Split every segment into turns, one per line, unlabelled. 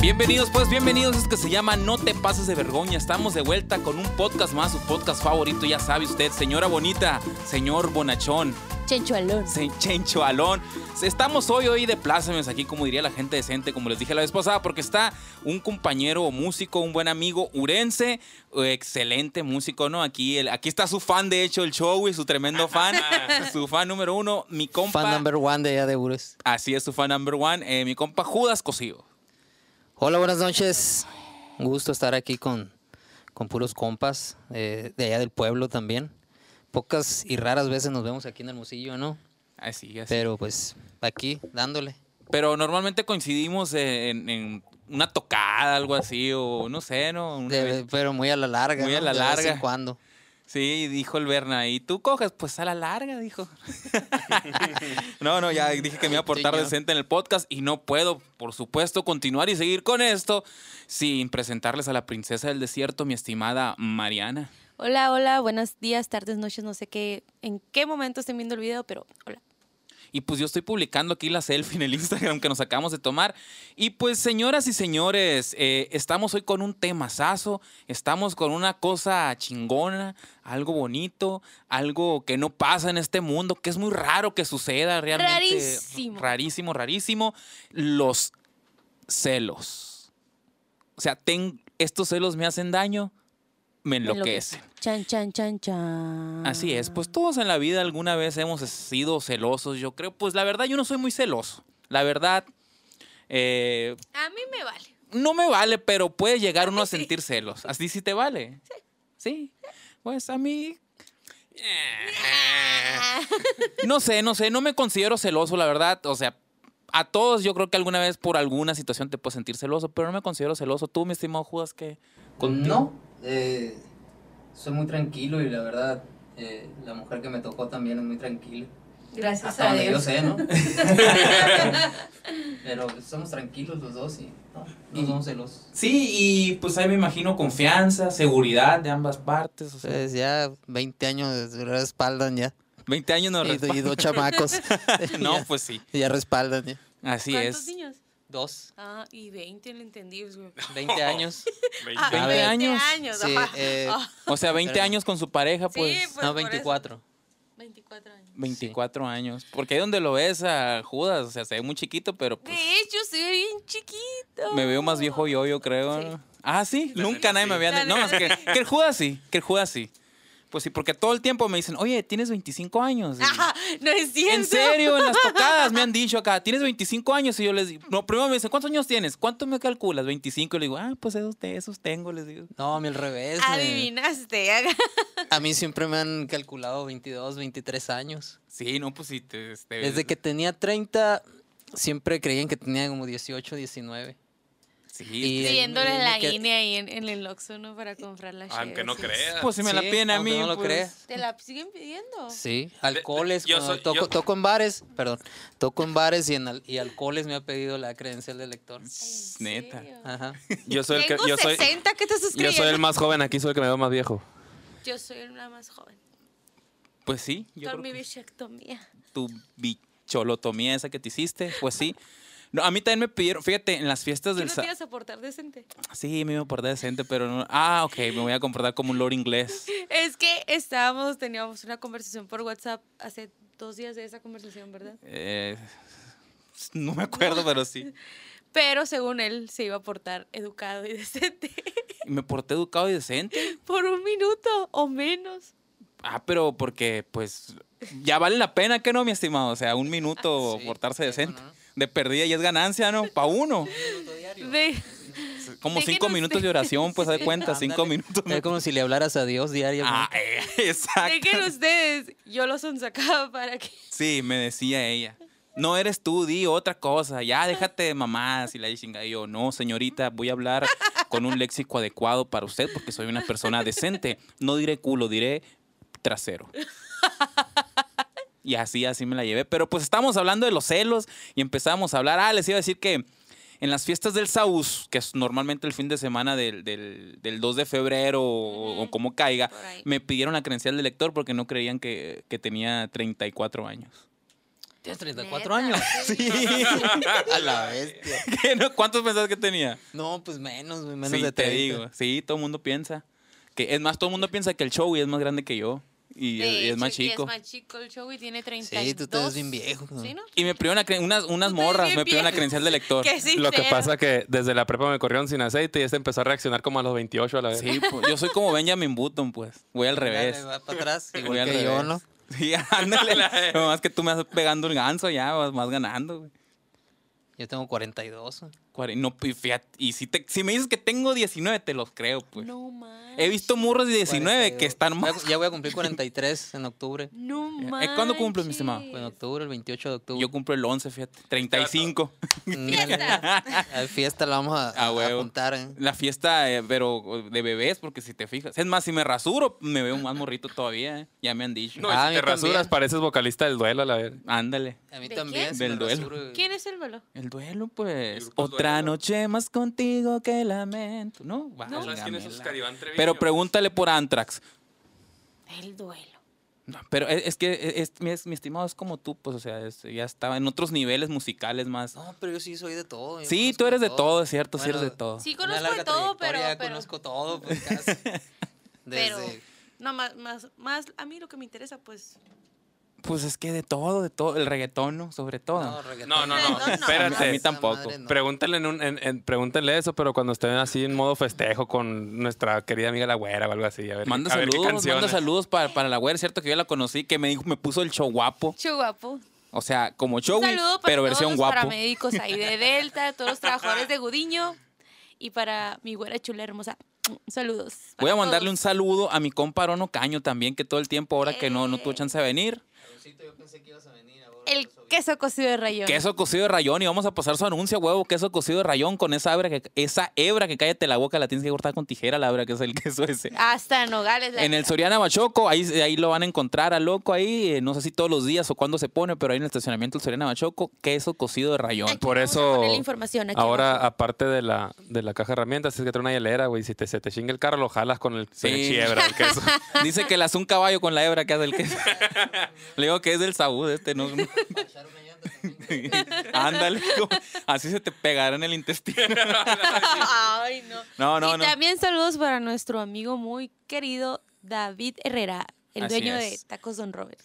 Bienvenidos, pues bienvenidos. Es que se llama No te pases de vergüenza. Estamos de vuelta con un podcast más, su podcast favorito, ya sabe usted, señora bonita, señor bonachón,
Chenchualón.
se- chencho alón. Estamos hoy hoy de plácemes aquí, como diría la gente decente, como les dije la vez pasada, porque está un compañero músico, un buen amigo urense, eh, excelente músico, ¿no? Aquí, el, aquí está su fan, de hecho, el show y su tremendo fan, su fan número uno, mi compa.
Fan number one de allá de Urus.
Así es su fan number one, eh, mi compa Judas Cosío.
Hola, buenas noches. Un gusto estar aquí con, con puros compas eh, de allá del pueblo también. Pocas y raras veces nos vemos aquí en Hermosillo, ¿no?
Así, así.
Pero pues aquí dándole.
Pero normalmente coincidimos e, en, en una tocada, algo así, o no sé, ¿no? Una
De-
vez-
pero muy a la larga.
Muy a
¿no?
la
De vez en
larga.
cuando.
Sí, dijo el Berna, y tú coges, pues a la larga, dijo. no, no, ya dije que me iba a portar
señor.
decente en el podcast y no puedo, por supuesto, continuar y seguir con esto sin presentarles a la princesa del desierto, mi estimada Mariana.
Hola, hola, buenos días, tardes, noches, no sé qué, en qué momento estén viendo el video, pero hola.
Y pues yo estoy publicando aquí la selfie en el Instagram que nos acabamos de tomar. Y pues señoras y señores, eh, estamos hoy con un temazazo, estamos con una cosa chingona, algo bonito, algo que no pasa en este mundo, que es muy raro que suceda realmente.
Rarísimo.
Rarísimo, rarísimo. Los celos. O sea, ten- estos celos me hacen daño, me enloquecen.
Chan, chan, chan, chan.
Así es, pues todos en la vida alguna vez hemos sido celosos, yo creo. Pues la verdad, yo no soy muy celoso. La verdad, eh,
A mí me vale.
no me vale, pero puede llegar uno a sentir celos. Así sí te vale. Sí. Pues a mí. No sé, no sé, no me considero celoso, la verdad. O sea, a todos yo creo que alguna vez por alguna situación te puedes sentir celoso, pero no me considero celoso. Tú, mi estimado Judas, que.
No, eh, soy muy tranquilo y la verdad, eh, la mujer que me tocó también es muy tranquila.
Gracias
Ah,
Hasta
a
donde yo
Dios.
sé, ¿no? Pero somos tranquilos los dos y no, no somos celosos.
Sí, y pues ahí me imagino confianza, seguridad de ambas partes. O sea,
Pues ya 20 años de- respaldan ya.
20 años no
y, do- y
responde.
dos chamacos.
No,
ya,
pues sí.
ya respaldan ya.
Así
¿Cuántos
es.
niños?
Dos,
Ah, y 20, lo entendí, güey.
20 años.
Pues
Ah,
20
20
años.
años.
Sí,
ajá.
eh,
Ah,
O sea, 20
Pero-
años con su pareja, pues.
Sí, pues,
no,
por
24.
24 años.
24 años. Porque ahí donde lo ves a Judas, o sea, se ve muy chiquito, pero pues,
De hecho, se ve bien chiquito.
me veo más viejo yo, yo creo. ¿no? Ah, sí, nunca nadie me había...
La
No, más
neta,
que, que el Judas sí, que el Judas sí. Pues sí, porque todo el tiempo me dicen, oye, tienes 25 años. Y-
Ajá, Ah, no es cierto.
En serio, en las tocadas me han dicho acá, tienes 25 años. Y yo les digo, no, primero me dicen, ¿cuántos años tienes? ¿Cuánto me calculas? 25. Y le digo, ah, pues esos, esos tengo, les digo.
No, a mí al revés. me-
Adivinaste. haga-
A mí siempre me han calculado 22, 23 años.
Sí, no, pues sí. Te, este-
Desde que tenía 30, siempre creían que tenía como 18, 19.
Sí,
Y-
Siguiéndole la
que-
línea ahí en, en el Oxxo, ¿no? Para comprar la
Aunque
cheve,
no
sí.
creas.
Pues si me la
Sí,
piden a
aunque
mí.
no lo
pues,
creas.
¿Te la siguen pidiendo?
Sí, alcoholes.
yo
cuando
soy-
toco,
yo-
toco en bares, perdón, toco en bares y, en al- y alcoholes me ha pedido la credencial del lector.
¿En
Neta.
serio?
Ajá.
Yo soy el que,
Tengo
yo soy,
60, ¿qué te estás
yo soy el
creyendo?
más joven aquí, soy el que me veo más viejo.
Yo soy la más joven.
Pues sí. Yo
Con
creo que
mi bichectomía.
tu bicholotomía esa que te hiciste, pues sí. No, a mí también me pidieron, fíjate, en las fiestas
¿Qué
del...
no
sa-
te ibas a portar decente?
Sí, me iba a portar decente, pero no... Ah, ok, me voy a comportar como un lord inglés.
Es que estábamos, teníamos una conversación por WhatsApp hace dos días de esa conversación, ¿verdad?
Eh, no me acuerdo, pero sí.
Pero según él, se iba a portar educado y decente
Y me porté educado y decente.
por un minuto o menos.
Ah, pero porque, pues, ya vale la pena que no, mi estimado. O sea, un minuto
Ah, Sí,
portarse
sí,
decente.
bueno,
De perdida ya es ganancia, ¿no? Pa' uno.
De-
Como cinco
Déjenos
minutos
de-
de oración, pues, haz de cuenta,
Ándale.
cinco minutos.
Es como si le hablaras a Dios
Ah,
diariamente.
eh, exacto.
Dejen ustedes, yo los sacaba para que.
Sí, me decía ella. No eres tú, di otra cosa. Ya déjate de mamadas. Y la chingada. Y yo, no, señorita, voy a hablar con un léxico adecuado para usted porque soy una persona decente. No diré culo, diré trasero. Y así, así me la llevé. Pero pues estábamos hablando de los celos y empezamos a hablar. Ah, les iba a decir que en las fiestas del Saús, que es normalmente el fin de semana del, del- del 2 de febrero o, o
Ujú.
como caiga,
Por ahí.
me pidieron la credencial de lector porque no creían que, que tenía 34 años.
¿Tienes 34
Neta,
años? Sí. A la bestia.
¿Qué, no? ¿Cuántos pensabas que tenía?
No, pues menos, güey, menos
sí,
de 30.
te digo. Sí, todo el mundo piensa. Que, es más, todo el mundo piensa que el show es más grande que yo. Y, es, y es más
De hecho,
chico.
Y es más chico el show y tiene 32.
Sí, tú te ves bien viejo. ¿no?
¿Sí, no?
Y me pidió una cre- unas, unas
Tú te ves
morras,
bien
me pidió una
viejo.
credencial de lector.
Que sí.
Lo que pasa que desde la prepa me corrieron sin aceite y este empezó a reaccionar como a los 28 a la vez.
Sí, pues, yo soy como Benjamin Button, pues. Voy al revés.
Dale, va para atrás,
Voy
igual
al
que
revés.
yo, ¿no?
Sí, ándale. Nada más que tú me vas pegando el ganso ya, vas más ganando, güey.
Yo tengo 42. güey.
Cuare- No, y, fíjate, y si, te- si me dices que tengo 19, te los creo, pues.
No manches.
He visto morros de 19 que
42.
están
Voy a-
más.
Ya voy a cumplir 43 en octubre.
No
Eh,
manches.
¿cuándo cumples, mi estimado?
Pues en octubre, el 28 de octubre.
Yo cumplo el 11, fíjate. 35.
Fiesta.
La fiesta la vamos a,
A
a
Ah, huevo.
juntar. ¿eh?
La fiesta, eh, pero de bebés, porque si te fijas. Es más, si me rasuro, me veo más morrito todavía, eh. Ya me han dicho.
No, y
Ah,
si
yo
te rasuras,
también.
pareces vocalista del duelo a la vez.
Ándale.
A mí
¿De
también.
quién?
se me
Del duelo.
rasuro, güey.
¿Quién es el balón?
El duelo, pues.
El grupo
Otra
Duelo.
noche más contigo que lamento. No,
¿Sabes
válgamela.
Treviño?
Pero pregúntale por Antrax.
El duelo.
No, pero es, es que es, mi- es- mi estimado es como tú, pues, o sea, es- ya estaba en otros niveles musicales más.
No, pero yo sí soy de todo. yo
sí,
conozco
tú eres de todo, es cierto, sí eres de
Bueno,
todo.
Sí,
Una
conozco
larga
de todo, pero.
trayectoria,
pero
conozco todo, pues casi.
Pero-
Desde-
No, más, más, más. A mí lo que me interesa, pues.
Pues es que de todo, de todo, el reggaetón, ¿no? sobre todo.
reggaetón.
No, no, no,
No, no,
espérate.
A mí
Esa
tampoco.
madre no.
Pregúntenle, en un- en- en- pregúntenle eso, pero cuando estén así en modo festejo con nuestra querida amiga la güera o algo así. A ver,
Manda
a ver qué
saludos, manda
canciones.
saludos para, para la web, cierto que yo la conocí, que me dijo, me puso el show guapo.
Che guapo.
O sea, como show,
Un saludo para
pero
todos
versión
los
guapo.
paramédicos ahí de Delta, todos los trabajadores de Gudiño y para mi güera chula hermosa. Saludos.
Voy a mandarle un saludo a mi compa Arono Caño también, que todo el tiempo, ahora que no, no tuvo
Eh.
chance de venir.
El queso cocido de rayón.
Queso cocido de rayón y vamos a pasar su anuncio, huevo, queso cocido de rayón con esa hebra que, esa hebra que cállate la boca, la tienes que cortar con tijera, la hebra que es el queso ese.
Hasta Nogales. la
En el
neta.
Soriana Bachoco, ahí, ahí lo van a encontrar a loco ahí, eh, no sé si todos los días o cuándo se pone, pero ahí en el estacionamiento del Soriana Bachoco, queso cocido de rayón.
Aquí
Por
vamos a
eso,
poner la información aquí
Ahora,
abajo.
aparte de la, de la caja de herramientas, es que trae una hielera, güey. Si te, se te chinga el carro, lo jalas con el, con el
Sí.
chiebra, el queso.
Dice que le hace un caballo con la hebra que hace el queso. Le digo que es del sabú de este, ¿no? Sí. Ándale, como- así se te pegará en el intestino.
Ay, no.
No, no,
y
no.
también saludos para nuestro amigo muy querido David Herrera, el
Así
dueño
es.
de Tacos Don Robert.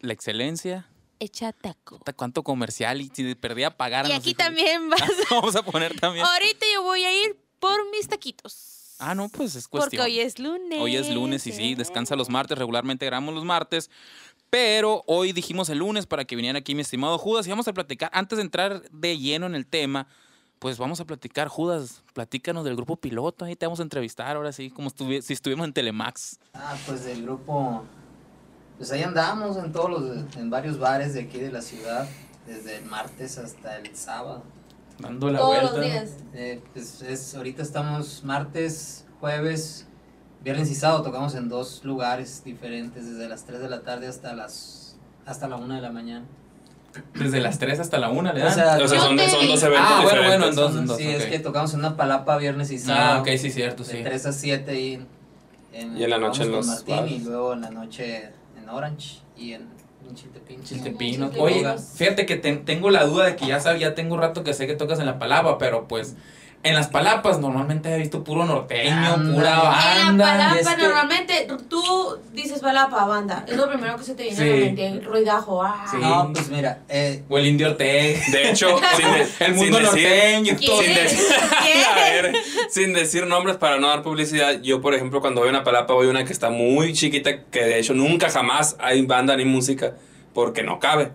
La excelencia,
Echa taco.
puta, cuánto comercial y si perdía pagar.
Y aquí también vas.
Vamos a poner también.
Ahorita yo voy a ir por mis taquitos.
Ah, no, pues es
Porque
cuestión.
hoy es lunes.
Hoy es lunes y sí,
¿eh?
descansa los martes, regularmente grabamos los martes. Pero hoy dijimos el lunes para que viniera aquí mi estimado Judas y vamos a platicar, antes de entrar de lleno en el tema, pues vamos a platicar, Judas, platícanos del grupo piloto, ahí te vamos a entrevistar ahora sí, como estuvi- si estuviéramos en Telemax.
Ah, pues del grupo. Pues ahí andamos en todos los, en varios bares de aquí de la ciudad, desde el martes hasta el sábado.
Dando la
Todos los
vuelta.
días.
Eh, pues es, ahorita estamos martes, jueves, viernes y sábado, tocamos en dos lugares diferentes, desde las 3 de la tarde hasta las hasta la 1 de la mañana.
Desde las 3 hasta la 1,
O sea,
O sea, son,
te
son
vi.
dos eventos
Ah, bueno,
diferentes.
bueno, en dos, en dos.
sí, es
ok.
que tocamos en una palapa viernes y sábado.
Ah, ok, sí, cierto, sí.
Pues De 3 a 7 y en,
Y en la noche
tocamos
en
con
los
Martín
bares.
y luego en la noche en Orange y en, en Chiltepín.
Chiltepín, ¿no?
Chiltepín.
Oye, fíjate que ten- tengo la duda de que ya sabía, ya tengo un rato que sé que tocas en la palapa, pero pues en las palapas normalmente he visto puro norteño,
Ándale.
pura
En la
banda.
palapa,
y es que-
normalmente tú dices palapa, banda. Es lo primero que se te viene a la
Sí.
mente. El ruidajo, ah.
Sí.
No, pues mira, eh,
O el indio Ortega.
De hecho, sin de-
El
sin
mundo
decir-
norteño.
¿Quién?
todo.
Sin decir,
¿Quién?
A ver, sin decir nombres para no dar publicidad, yo por ejemplo cuando voy a una palapa voy a una que está muy chiquita, que de hecho nunca jamás hay banda ni música, porque no cabe.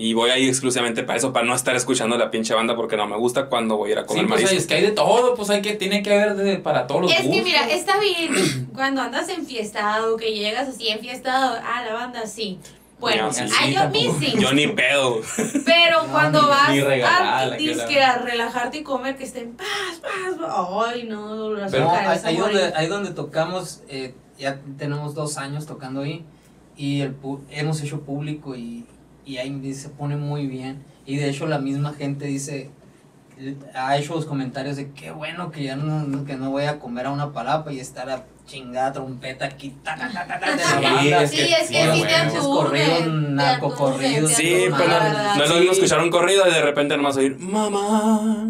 Y voy ahí exclusivamente para eso, para no estar escuchando la pinche banda, porque no me gusta cuando voy a ir a
Sí,
comer
pues
mariscos.
es que hay de todo, pues hay que, tiene que haber de- para todos los
Es que
gustos.
mira, está bien cuando andas enfiestado, que llegas así enfiestado, ah, la banda sí. Bueno,
Ya, sí,
ah,
sí,
yo a mí
tampoco.
sí.
Yo ni pedo.
Pero
No,
cuando
ni-
vas
ni regalada,
a,
la que
disque
la-
a relajarte y comer, que estén paz, paz, paz. Ay, no, las
Pero-
no, ahí,
caras,
ahí
amor.
donde, ahí donde tocamos, eh, ya tenemos dos años tocando ahí y el pu- hemos hecho público y, y ahí se pone muy bien. Y de hecho la misma gente dice, ha hecho los comentarios de qué bueno que ya no, no- que no voy a comer a una palapa y estar a
chingada trompeta aquí. ta, ta, ta, ta, ta, de
Sí,
la banda.
es que-
Sí, es que
bueno,
sí te
bueno.
Pinches
aturde.
corridos,
te
narcocorridos.
aturde, te
Sí,
aturde,
pero
la
no,
verdad.
no es lo mismo escuchar un corrido y de repente nomás oír mamá.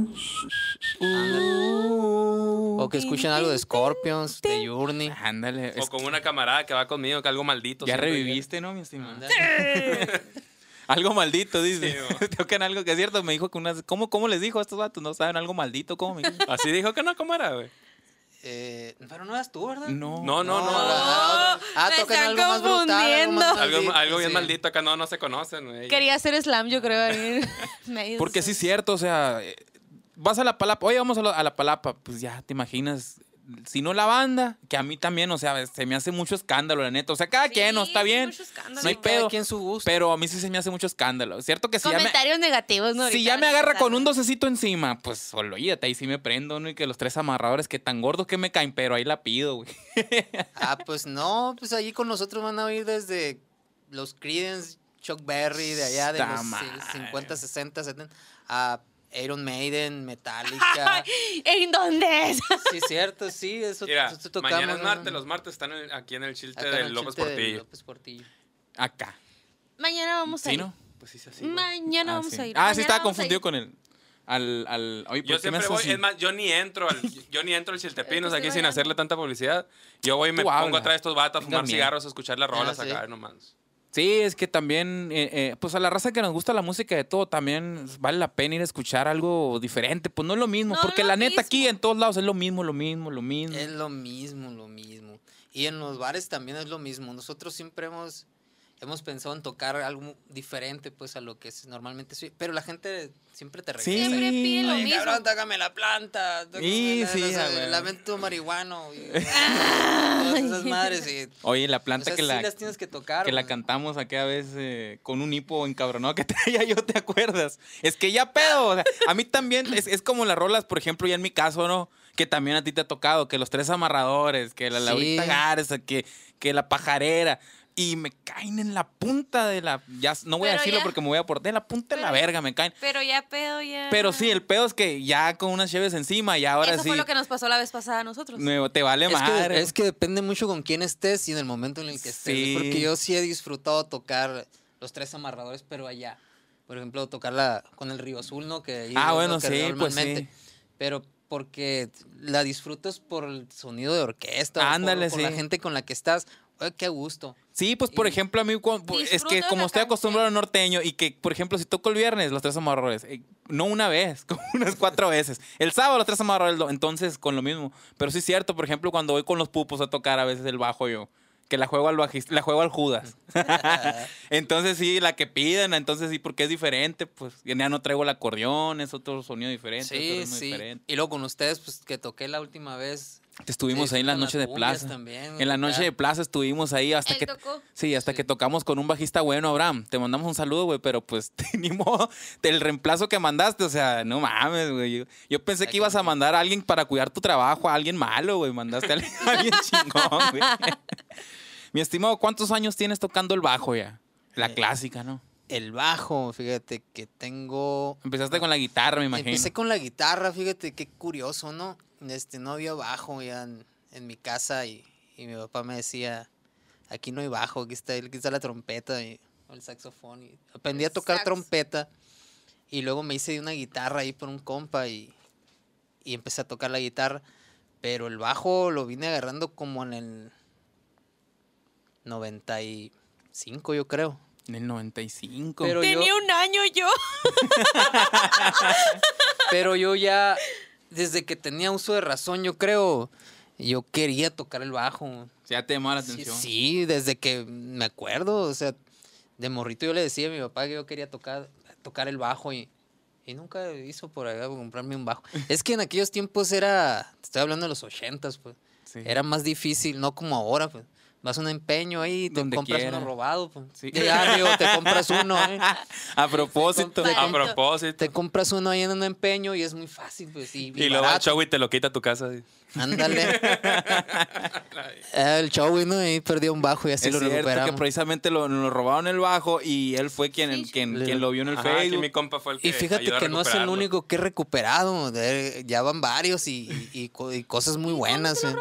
O que escuchen algo de Scorpions, de Journey.
Ándale. es-
O como una camarada que va conmigo, que algo maldito.
Ya
siempre
reviviste, ¿no, mi estimado? Algo maldito, dice.
Sí, mo.
Tocan algo que es cierto. Me dijo que unas. ¿Cómo, cómo les dijo a estos vatos? No saben algo maldito. ¿Cómo me dijo?
viene. Así dijo que no, ¿cómo era, güey?
Eh, pero no eras tú, ¿verdad?
No.
No, no, no.
la- la- Ah,
me
tocan
están
algo más brutal. Algo, más
confundiendo.
Algo, algo bien
sí.
maldito acá, no, no se conocen, güey.
Quería hacer slam, yo creo. ahí en medio.
Porque sí es cierto, o sea, eh, vas a la palapa, oye, vamos a, la- a la palapa, pues ya te imaginas, si no la banda, que a mí también, o sea, se me hace mucho escándalo, la neta, o sea, cada
Sí,
quien, no está
sí,
bien,
mucho escándalo.
no hay
Cada
pedo,
quien su gusto.
pero a mí sí se me hace mucho escándalo, cierto que si ya me,
Comentarios negativos, ¿no?
si
Ahorita
ya me
van a
agarra con
empezar.
un docecito encima, pues olvídate, ahí sí me prendo, ¿no? Y que los tres amarradores que tan gordos que me caen, pero ahí la pido, güey.
Ah, pues no, pues allí con nosotros van a oír desde los Creedence, Chuck Berry, de allá de
Está
los
mal.
50, 60, 70, a Iron Maiden, Metallica.
¿En dónde es?
sí, cierto, sí, eso
Mira,
eso tocamos,
mañana es
¿no?
martes, los martes están en- aquí en el chilte
Acá en
de
el
López
chiste de
Portillo.
López Portillo.
Acá.
Mañana vamos a
¿Sí,
ir.
no?
Pues sí, sí, sí, güey.
Mañana
ah,
vamos
sí.
a ir.
Ah,
Mañana
sí, estaba
vamos a
confundido
ir.
con el... Al, al, oye, ¿por
Yo
qué me
siempre
haces
voy,
así?
es más, yo ni entro al, yo ni entro al Chiltepinos
Pues sí,
aquí sin
vayan.
hacerle tanta publicidad. Yo voy y me
Tú
pongo
habla.
atrás de estos vatos a
Tengan
fumar
miedo.
cigarros, a escuchar las rolas
Ah, sí.
acá, nomás.
Sí, es que también, eh, eh, pues a la raza que nos gusta la música de todo, también vale la pena ir a escuchar algo diferente. Pues no es lo mismo,
No,
porque
lo
la neta aquí
mismo.
en todos lados es lo mismo, lo mismo, lo mismo.
Es lo mismo, lo mismo. Y en los bares también es lo mismo. Nosotros siempre hemos, hemos pensado en tocar algo diferente pues a lo que es normalmente. sí, Pero la gente siempre te regresa.
Sí.
Siempre pide lo
Oye,
mismo.
cabrón, tócame la planta. tócame
Y
la-
sí,
no sé,
a ver.
lamento marihuano. y- todas esas madres. y-
Oye, la planta
o sea,
que,
sí
la,
las tienes que tocar.
que la
pues.
cantamos aquella vez eh, con un hipo encabronado que traía yo, ¿te acuerdas? Es que ya pedo. o sea, a mí también es, es como las rolas, por ejemplo, ya en mi caso, ¿no? Que también a ti te ha tocado, que los tres amarradores, que la
Sí.
Laurita Garza, que, que la pajarera. Y me caen en la punta de la. Ya, no voy a
Pero
decirlo
ya-
porque me voy a aportar. En la punta de la
Pero-
verga me caen.
Pero ya pedo, ya.
Pero sí, el pedo es que ya con unas cheves encima y ahora
Eso
sí.
fue lo que nos pasó la vez pasada a nosotros.
me- te vale
Es
madre.
que, es que depende mucho con quién estés y en el momento en el que estés.
Sí.
Porque yo sí he disfrutado tocar los tres amarradores, pero allá. Por ejemplo, tocarla con el Río Azul, ¿no? Que ahí
Ah,
es
bueno,
lo que
sí, pues
normalmente.
sí.
Pero porque la disfrutas por el sonido de orquesta. o
Ándale,
por, por la
sí.
gente con la que estás. Oye, qué gusto.
Sí, pues por
Y-
ejemplo, a mí cu- pu- es que
Disfrutas
como
la
estoy
canción.
acostumbrado al norteño y que, por ejemplo, si toco el viernes, los tres amarradores, eh, no una vez, como unas cuatro veces. El sábado, los tres amarradores, lo- entonces con lo mismo. Pero sí es cierto, por ejemplo, cuando voy con los pupos a tocar a veces el bajo yo, que la juego al bajista, la juego al Judas. entonces sí, la que piden, entonces sí, porque es diferente, pues ya no traigo el acordeón, es otro sonido diferente.
Sí,
otro ritmo
sí.
diferente.
Y luego con ustedes, pues que toqué la última vez.
Estuvimos
se
ahí en la
disfrutan
noche
las
de
cumbias
plaza.
también,
En la
tocar.
noche de plaza estuvimos ahí hasta
Él
que.
tocó.
Sí, hasta
Sí.
que tocamos con un bajista bueno, Abraham. Te mandamos un saludo, güey, pero pues ni modo del reemplazo que mandaste. O sea, no mames, güey. Yo, yo pensé que
Aquí
ibas a
no.
mandar a alguien para cuidar tu trabajo, a alguien malo, güey. Mandaste a alguien, a alguien chingón, güey. Mi estimado, ¿cuántos años tienes tocando el bajo ya? La
Eh,
clásica, ¿no?
El bajo, fíjate que tengo
Empezaste con la guitarra, me imagino.
ah, Empecé con la guitarra, fíjate qué curioso, ¿no? Este, no había bajo ya en, en mi casa y, y mi papá me decía, aquí no hay bajo, aquí está, aquí está la trompeta y- o el saxofón. y aprendí a
El
tocar
sax.
trompeta y luego me hice de una guitarra ahí por un compa y, y empecé a tocar la guitarra, pero el bajo lo vine agarrando como en el 95, yo creo.
En el 95.
Pero yo-
Tenía un año yo.
Pero yo ya, desde que tenía uso de razón, yo creo, yo quería tocar el bajo.
ya te llamó la
Sí,
atención.
sí, desde que me acuerdo, o sea, de morrito yo le decía a mi papá que yo quería tocar, tocar el bajo y, y nunca hizo por allá comprarme un bajo. Es que en aquellos tiempos era, te estoy hablando de los ochentas, pues,
Sí.
era más difícil, no como ahora, pues. Vas a un empeño ahí, y te
Donde
compras
quiera.
uno robado. Pues.
Sí.
Ya, amigo, te compras uno. ¿eh?
A propósito.
Te
A
Maldito.
propósito.
Te compras uno ahí en un empeño y es muy fácil. Pues, y, y
Y luego el
barato.
show y te lo quita a tu casa. así.
Ándale. Ah, el show, ¿no? Ahí perdió un bajo y así
es
lo
cierto
recuperamos.
que precisamente lo, nos robaron el bajo y él fue quien, el- quien,
Le-
quien lo vio en el
Ajá, que
Facebook.
mi compa fue el
eh,
que
Y fíjate
ayudó a
que no es el
recuperarlo.
único que he recuperado. de- ya van varios y, y- y co- y cosas muy buenas. ¿eh?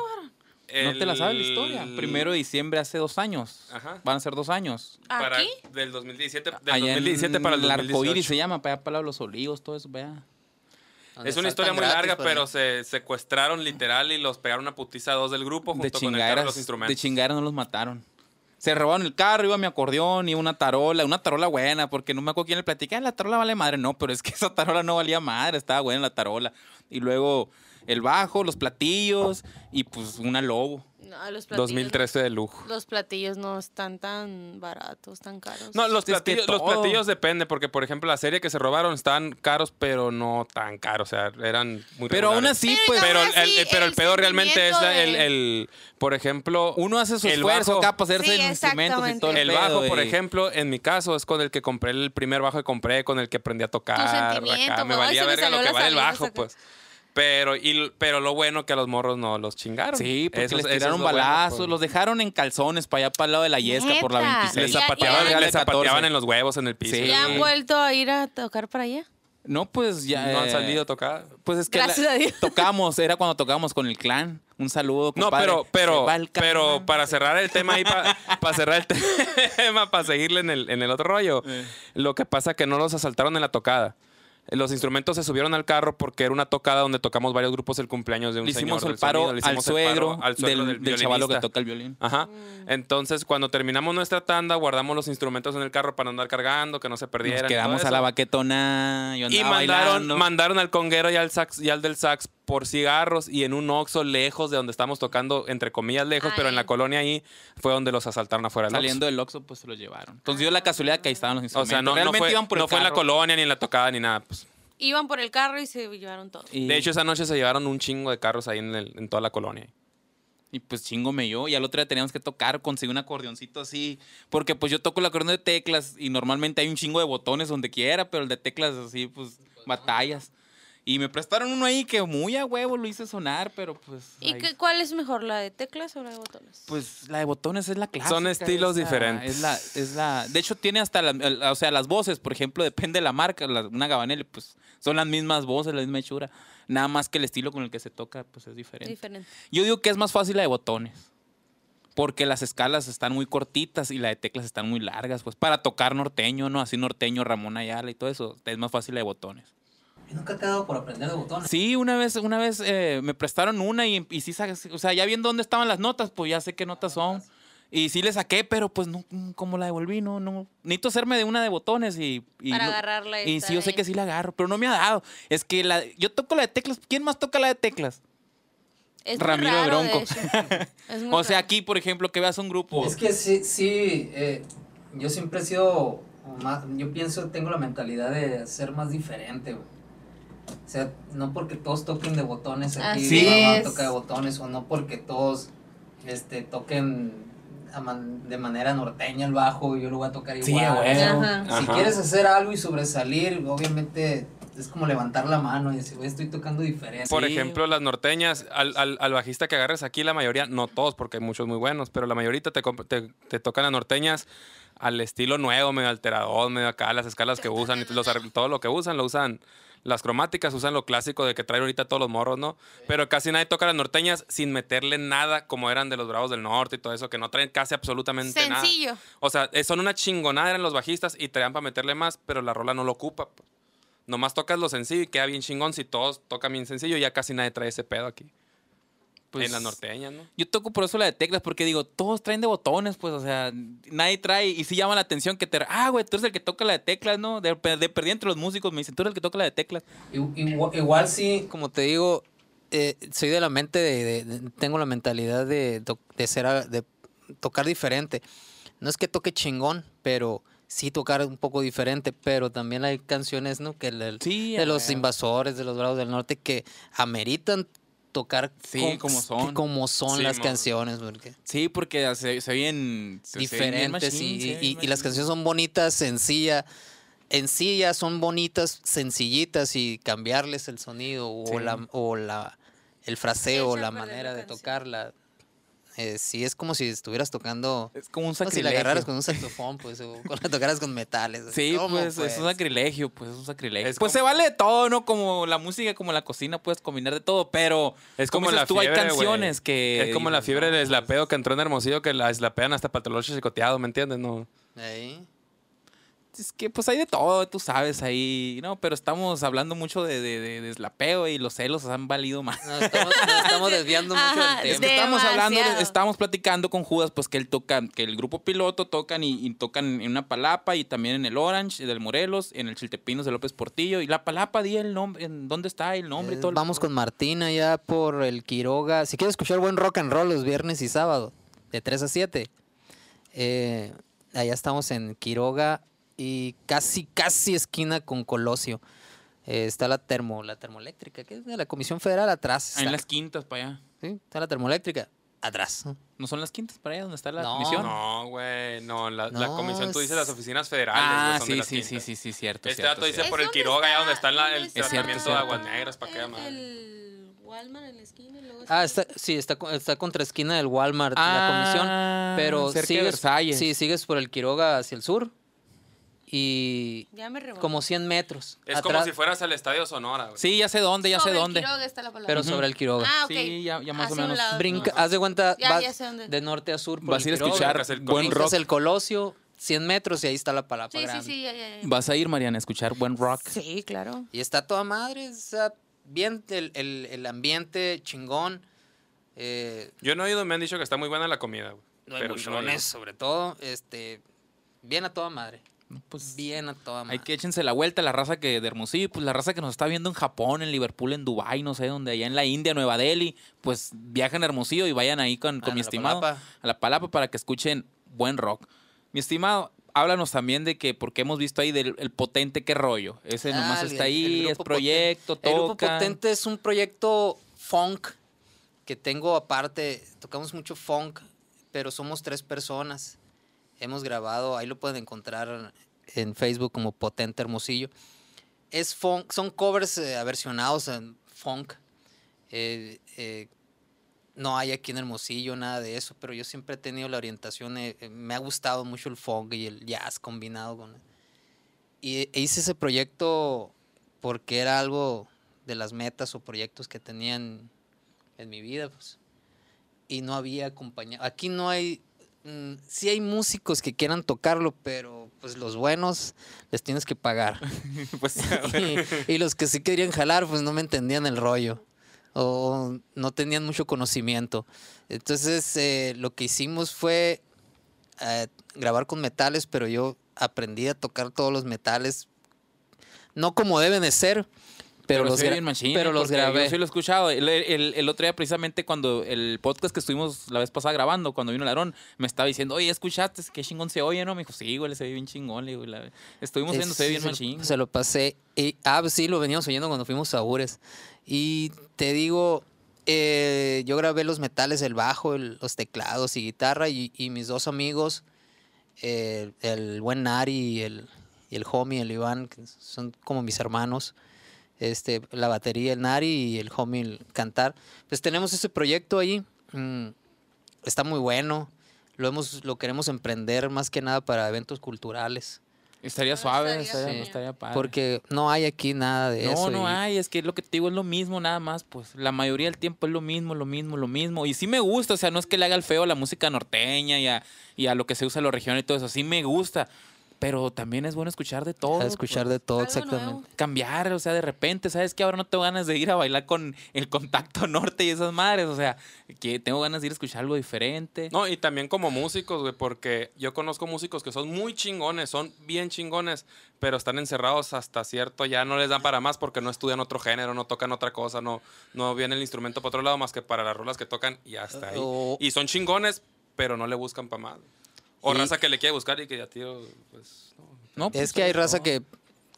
¿No te la sabes la historia?
El-
Primero de diciembre hace dos años.
Ajá.
Van a ser dos años.
Para-
¿Aquí?
Del 2017, del
Allá
2017
en
para el
el arcoíris
2018.
se llama, para allá para los olivos, todo eso, vea.
Donde
Es
saltan
una historia muy
gratis pues,
larga,
pues,
por ahí.
pero se secuestraron literal y los pegaron a putiza a dos del grupo junto
De
con el carro y
chingaderas,
los
de
instrumentos.
chingaderas no los mataron. Se robaron el carro, iba mi acordeón y una tarola, una tarola buena, porque no me acuerdo quién le platicé, "Ah, la tarola vale madre. No, pero es que esa tarola no valía madre, estaba buena la tarola. Y luego el bajo, los platillos y pues una lobo.
No, los platillos.
2013 de lujo.
Los platillos no están tan baratos, tan caros.
No, los
Es que
platillos, los
todo.
platillos depende, porque por ejemplo la serie que se robaron estaban caros, pero no tan caros, o sea, eran muy
Pero aún
regulares.
así, pues
pero
aún
el, el-
así,
pero el
Ah, el
pedo realmente es la- el,
sentimiento de-
el- por ejemplo,
uno hace su
el
esfuerzo
bajo-
acá para hacerse
Sí,
los instrumentos y todo el,
el bajo,
pedo,
por
y-
ejemplo, en mi caso es con el que compré el primer bajo que compré, con el que aprendí a tocar.
sentimiento,
acá. Me
güey. Ay,
valía
se me
verga lo
salió la
que vale el
saliva,
bajo,
saca.
pues. Pero, y, pero lo bueno que a los morros no los chingaron.
Sí, porque
Eso es-
les
eso es
tiraron
lo bueno,
balazos,
pues.
los dejaron en calzones para allá para el lado de la yesca por la
Neta.
26.
les
Y a- y a-
zapateaban,
y a-
les zapateaban
14.
en los huevos, en el piso.
Sí.
y
¿Ya pues. han
la madre.
vuelto a ir a tocar para allá?
No, pues ya.
no han
eh,
salido a tocar.
Pues es que
Gracias
la-
a Dios.
tocamos, era cuando tocábamos con el clan. Un saludo,
No,
compadre.
pero, pero,
Se va el clan.
pero para cerrar el tema ahí, para cerrar el tema, para seguirle en el, en el otro rollo,
Eh.
lo que pasa que no los asaltaron en la tocada. Los instrumentos se subieron al carro porque era una tocada donde tocamos varios grupos el cumpleaños de un
le hicimos
señor
el
del
paro
sonido, le
al,
hicimos el paro
suegro
al suegro
del, del chavalo que
violinista.
toca el violín.
Ajá. Entonces, cuando terminamos nuestra tanda, guardamos los instrumentos en el carro para no andar cargando, que no se
Nos
perdieran. y
quedamos
todo
a la
eso.
baquetona. Yo
Y
andaba
mandaron,
bailando.
mandaron al conguero y al, sax, y al del sax por cigarros y en un oxo lejos de donde estamos tocando, entre comillas lejos, pero en la
Ay.
colonia ahí fue donde los asaltaron afuera del Oxxo.
Saliendo del Oxxo, pues se lo llevaron. Entonces dio la casualidad que ahí estaban los
O
instrumentos.
sea, no, no
Realmente
fue,
iban por el
no fue en la
carro.
colonia ni en la tocada ni nada. pues.
Iban por el carro y se llevaron todo.
Y-
De hecho, esa noche se llevaron un chingo de carros ahí en, el- en toda la colonia.
Y pues chingo me yo. Y al otro día teníamos que tocar, conseguí un acordeoncito así. Porque pues yo toco el acordeón de teclas y normalmente hay un chingo de botones donde quiera, pero el de teclas así, pues batallas. Y me prestaron uno ahí que muy a huevo lo hice sonar, pero pues.
¿Y
ahí-
qué, cuál es mejor, la de teclas o la de botones?
Pues la de botones es la clásica.
estilos
es la-
diferentes.
Es la, es la. De hecho, tiene hasta la- el- o sea, las voces, por ejemplo, depende de la marca. la- una Gabanelli, pues son las mismas voces, la misma hechura. Nada más que el estilo con el que se toca, pues es diferente.
Diferente.
Yo digo que es más fácil la de botones. Porque las escalas están muy cortitas y la de teclas están muy largas. Pues para tocar norteño, ¿no? Así norteño, Ramón Ayala y todo eso. Es más fácil la de botones.
Y nunca te ha dado por aprender de botones.
Sí, una vez, una vez eh, me prestaron una y, y sí, sa- o sea, ya viendo dónde estaban las notas, pues ya sé qué
Ah,
notas son. Y sí le saqué, pero pues no, mm, como la devolví, no, no. Necesito hacerme de una de botones y... y
Para
no-
agarrarla
Y
esta
sí, yo sé
de-
que sí la agarro, pero no me ha dado. Es que la, yo toco la de teclas. ¿Quién más toca la de teclas?
Es muy
Ramiro
raro, de
Bronco.
hecho. Es muy
O sea,
raro.
aquí, por ejemplo, que veas un grupo...
Es que sí, sí eh, yo siempre he sido más, yo pienso, tengo la mentalidad de ser más diferente, güey. O sea, no porque todos toquen de botones aquí,
Así
mamá
es.
toca de botones, o no porque todos este, toquen a man- de manera norteña el bajo, yo lo voy a tocar igual.
Sí, a huevo.
O sea,
Ajá.
Si
Ajá.
quieres hacer algo y sobresalir, obviamente es como levantar la mano y decir, güey, estoy tocando
Eh,
diferente.
Por
Sí.
ejemplo, las norteñas, al, al- al bajista que agarres aquí, la mayoría, no todos, porque hay muchos muy buenos, pero la mayoría te, comp- te- te tocan las norteñas al estilo nuevo, medio alterador, medio acá, las escalas que usan, y los ar- todo lo que usan, lo usan. Las cromáticas usan lo clásico de que traen ahorita todos los morros, ¿no? Pero casi nadie toca las norteñas sin meterle nada como eran de los Bravos del Norte y todo eso, que no traen casi absolutamente nada.
Sencillo.
O sea, eh, son una chingonada eran los bajistas y traían para meterle más, pero la rola no lo ocupa. pues. Nomás tocas lo sencillo y queda bien chingón. Si todos tocan bien sencillo, ya casi nadie trae ese pedo aquí.
Pues,
en la norteña, ¿no?
Yo toco por eso la de teclas, porque digo, todos traen de botones, pues, o sea, nadie trae. Y sí llama la atención que te. Ah, güey, tú eres el que toca la de teclas, ¿no? De, de perdí entre los músicos, me dicen, tú eres el que toca la de teclas.
Igu- Igual, igual sí,
Como te digo, eh, soy de la mente de, de- de- tengo la mentalidad de, to- de ser a- de tocar diferente. No es que toque chingón, pero sí tocar un poco diferente, pero también hay canciones, ¿no? Que le-
Sí, eh. a
de los
huevo.
invasores, de los bravos del norte que ameritan tocar
Sí,
con-
como son.
como son
Sí,
las
mo.
canciones, porque
Sí, porque se, se oyen se- se oyen bien
diferentes
machín,
y,
se oyen bien
y- y las
machín.
canciones son bonitas, sencillas. En sí ya son bonitas, sencillitas y cambiarles el sonido o,
Sí.
la, o la, el fraseo,
Echan
la
a perder
manera
la
de
canción.
tocarla. eh, sí es como si estuvieras tocando.
Es como un
Como Pues, si la
sacrilegio.
agarraras con un saxofón, pues, o con la tocaras con metales. así,
Sí,
¿cómo,
pues,
pues?
es un sacrilegio, pues es un sacrilegio.
Es
pues
como-
se vale de todo, ¿no? Como la música, como la cocina, puedes combinar de todo, pero
Es como
dices
la
tú, hay
fiebre, güey.
canciones que...
Es como la
dices,
fiebre
no,
del eslapeo que entró en Hermosillo, que la eslapean hasta patolocho chicoteado, ¿me entiendes? No.
Ahí.
Es que pues hay de todo, tú sabes ahí, ¿no? Pero estamos hablando mucho de, de, de, de slapeo y los celos han valido más.
Nos estamos, nos estamos desviando mucho
Ajá,
del
Es
tema.
que estábamos hablando,
Demasiado.
estábamos platicando con Judas, pues que él toca, que el grupo piloto tocan y, y tocan en una palapa y también en el Orange, del Morelos, en el Chiltepinos de López Portillo. Y la palapa, di el nombre, en dónde está el nombre y
Eh,
todo. el-
Vamos con Martina ya por el Quiroga. Si quieres escuchar buen rock and roll los viernes y sábado, de 3 a 7. Eh, allá estamos en Quiroga y casi, casi esquina con Colosio. Eh, está la termo, la termoeléctrica, que es de la Comisión Federal atrás.
Ah, en
está.
las quintas para allá.
Sí, está la termoeléctrica atrás.
¿No son las quintas para allá donde está la
No.
comisión?
No, güey, no. La, la
No,
comisión, tú dices
es-
las oficinas federales,
Ah,
güey, son de
sí,
las
sí, sí,
quintas.
sí, sí, cierto.
Este
cierto,
dato dice
cierá.
por el
¿Es
Quiroga, allá donde está la- el
dónde está
tratamiento
de
Aguas Negras, pa' qué madre.
El Walmart en la esquina y luego
Ah,
está-
está, sí, está, co- está contra esquina del Walmart,
Ah,
la comisión. Pero
cerca de
sigues,
Versalles.
sí, sigues por el Quiroga hacia el sur y
Ya me revolví.
como 100 metros.
Es como
atrás,
si fueras al Estadio Sonora, güey.
Sí, ya sé dónde, ya sé
Sobre el
dónde.
Quiroga está la palabra.
pero sobre el Quiroga.
Ah, ok.
Sí, ya- ya más o
Hacia un
menos.
lado,
Brinca,
¿no?
haz de cuenta,
Ya-
vas
ya sé dónde.
de norte a sur. por
Pues Vas
el
a ir a
Quiroga,
escuchar
brincas el
buen
brincas
rock.
el Colosio, 100 metros y ahí está la palapa
Sí, sí,
grande.
sí, ya, ya, ya.
Vas a ir, Mariana, a escuchar buen rock.
Sí, claro.
Y está toda madre, o sea, bien el, el- el ambiente chingón. eh,
Yo no he ido, me han dicho que está muy buena la comida, güey.
no hay
Pero yo no he ido.
buchones, sobre todo, este, bien a toda madre.
No, pues,
Bien a toda madre.
Hay que échense la vuelta la raza que de Hermosillo, pues la raza que nos está viendo en Japón, en Liverpool, en Dubai, no sé, donde allá en la India, Nueva Delhi, pues viajan a Hermosillo y vayan ahí con, con
Van
mi
a Ah, la
estimado
Palapa.
a la palapa para que escuchen buen rock. Mi estimado, háblanos también de que porque hemos visto ahí del el potente qué rollo. Ese nomás
Ah, el-
está
el- el
ahí, es
grupo
proyecto,
Potente. El grupo
tocan.
potente es un proyecto funk que tengo aparte. Tocamos mucho funk, pero somos tres personas. Hemos grabado, ahí lo pueden encontrar en Facebook como Potente Hermosillo. Es funk, son covers eh, aversionados en funk. Eh, eh, no hay aquí en Hermosillo nada de eso, pero yo siempre he tenido la orientación, eh, eh, me ha gustado mucho el funk y el jazz combinado con... Y e hice ese proyecto porque era algo de las metas o proyectos que tenían en mi vida, pues. Y no había compañía. Aquí no hay... mm, sí hay músicos que quieran tocarlo, pero pues los buenos les tienes que pagar.
Pues,
y, y los que sí querían jalar, pues no me entendían el rollo. O no tenían mucho conocimiento. Entonces, eh, lo que hicimos fue eh, grabar con metales, pero yo aprendí a tocar todos los metales. No como deben de ser, pero, los,
sí,
gra-
bien machín,
pero
¿eh?
los
Porque
grabé.
Yo sí lo he escuchado. El, el- el otro día, precisamente, cuando el podcast que estuvimos la vez pasada grabando, cuando vino el Aarón, me estaba diciendo, oye, ¿escuchaste? Qué chingón se oye, ¿no? Me dijo, sí, güey, se ve bien chingón. Le digo, "La- estuvimos viendo, se ve
Ese
bien
se lo-
machín.
Se lo pasé. Y, ah, pues sí, lo veníamos oyendo cuando fuimos a Ures. Y te digo, eh, yo grabé los metales, el bajo, el- los teclados y guitarra. Y, y mis dos amigos, eh, el buen Nari y el, y el homie, el Iván, que son como mis hermanos. Este, la batería, el Nari y el homie, el cantar. Pues tenemos ese proyecto ahí. mm, está muy bueno. Lo, hemos, lo queremos emprender más que nada para eventos culturales.
Estaría
Ah,
suave,
estaría
estaría,
genial.
estaría padre.
Porque no hay aquí nada de
no,
eso.
no
y-
hay, es que lo que te digo es lo mismo, nada más, pues la mayoría del tiempo es lo mismo, lo mismo, lo mismo. Y sí me gusta, o sea, no es que le haga el feo a la música norteña y a, y a lo que se usa en los regiones y todo eso, sí me gusta, pero también es bueno escuchar de todo.
A escuchar
pues.
de todo,
Algo
exactamente.
nuevo.
cambiar, o sea, de repente, ¿sabes que Ahora no tengo ganas de ir a bailar con el contacto norte y esas madres, o sea, que tengo ganas de ir a escuchar algo diferente.
No, y también como músicos, güey, porque yo conozco músicos que son muy chingones, son bien chingones, pero están encerrados hasta cierto, ya no les dan para más porque no estudian otro género, no tocan otra cosa, no, no viene el instrumento para otro lado más que para las rolas que tocan y hasta ahí.
Oh,
O-
Y son chingones, pero no le buscan para más. O
Y-
raza que le quiere buscar y que ya, tío, pues, no,
No, pues,
Es que hay
sobre
raza
todo.
que,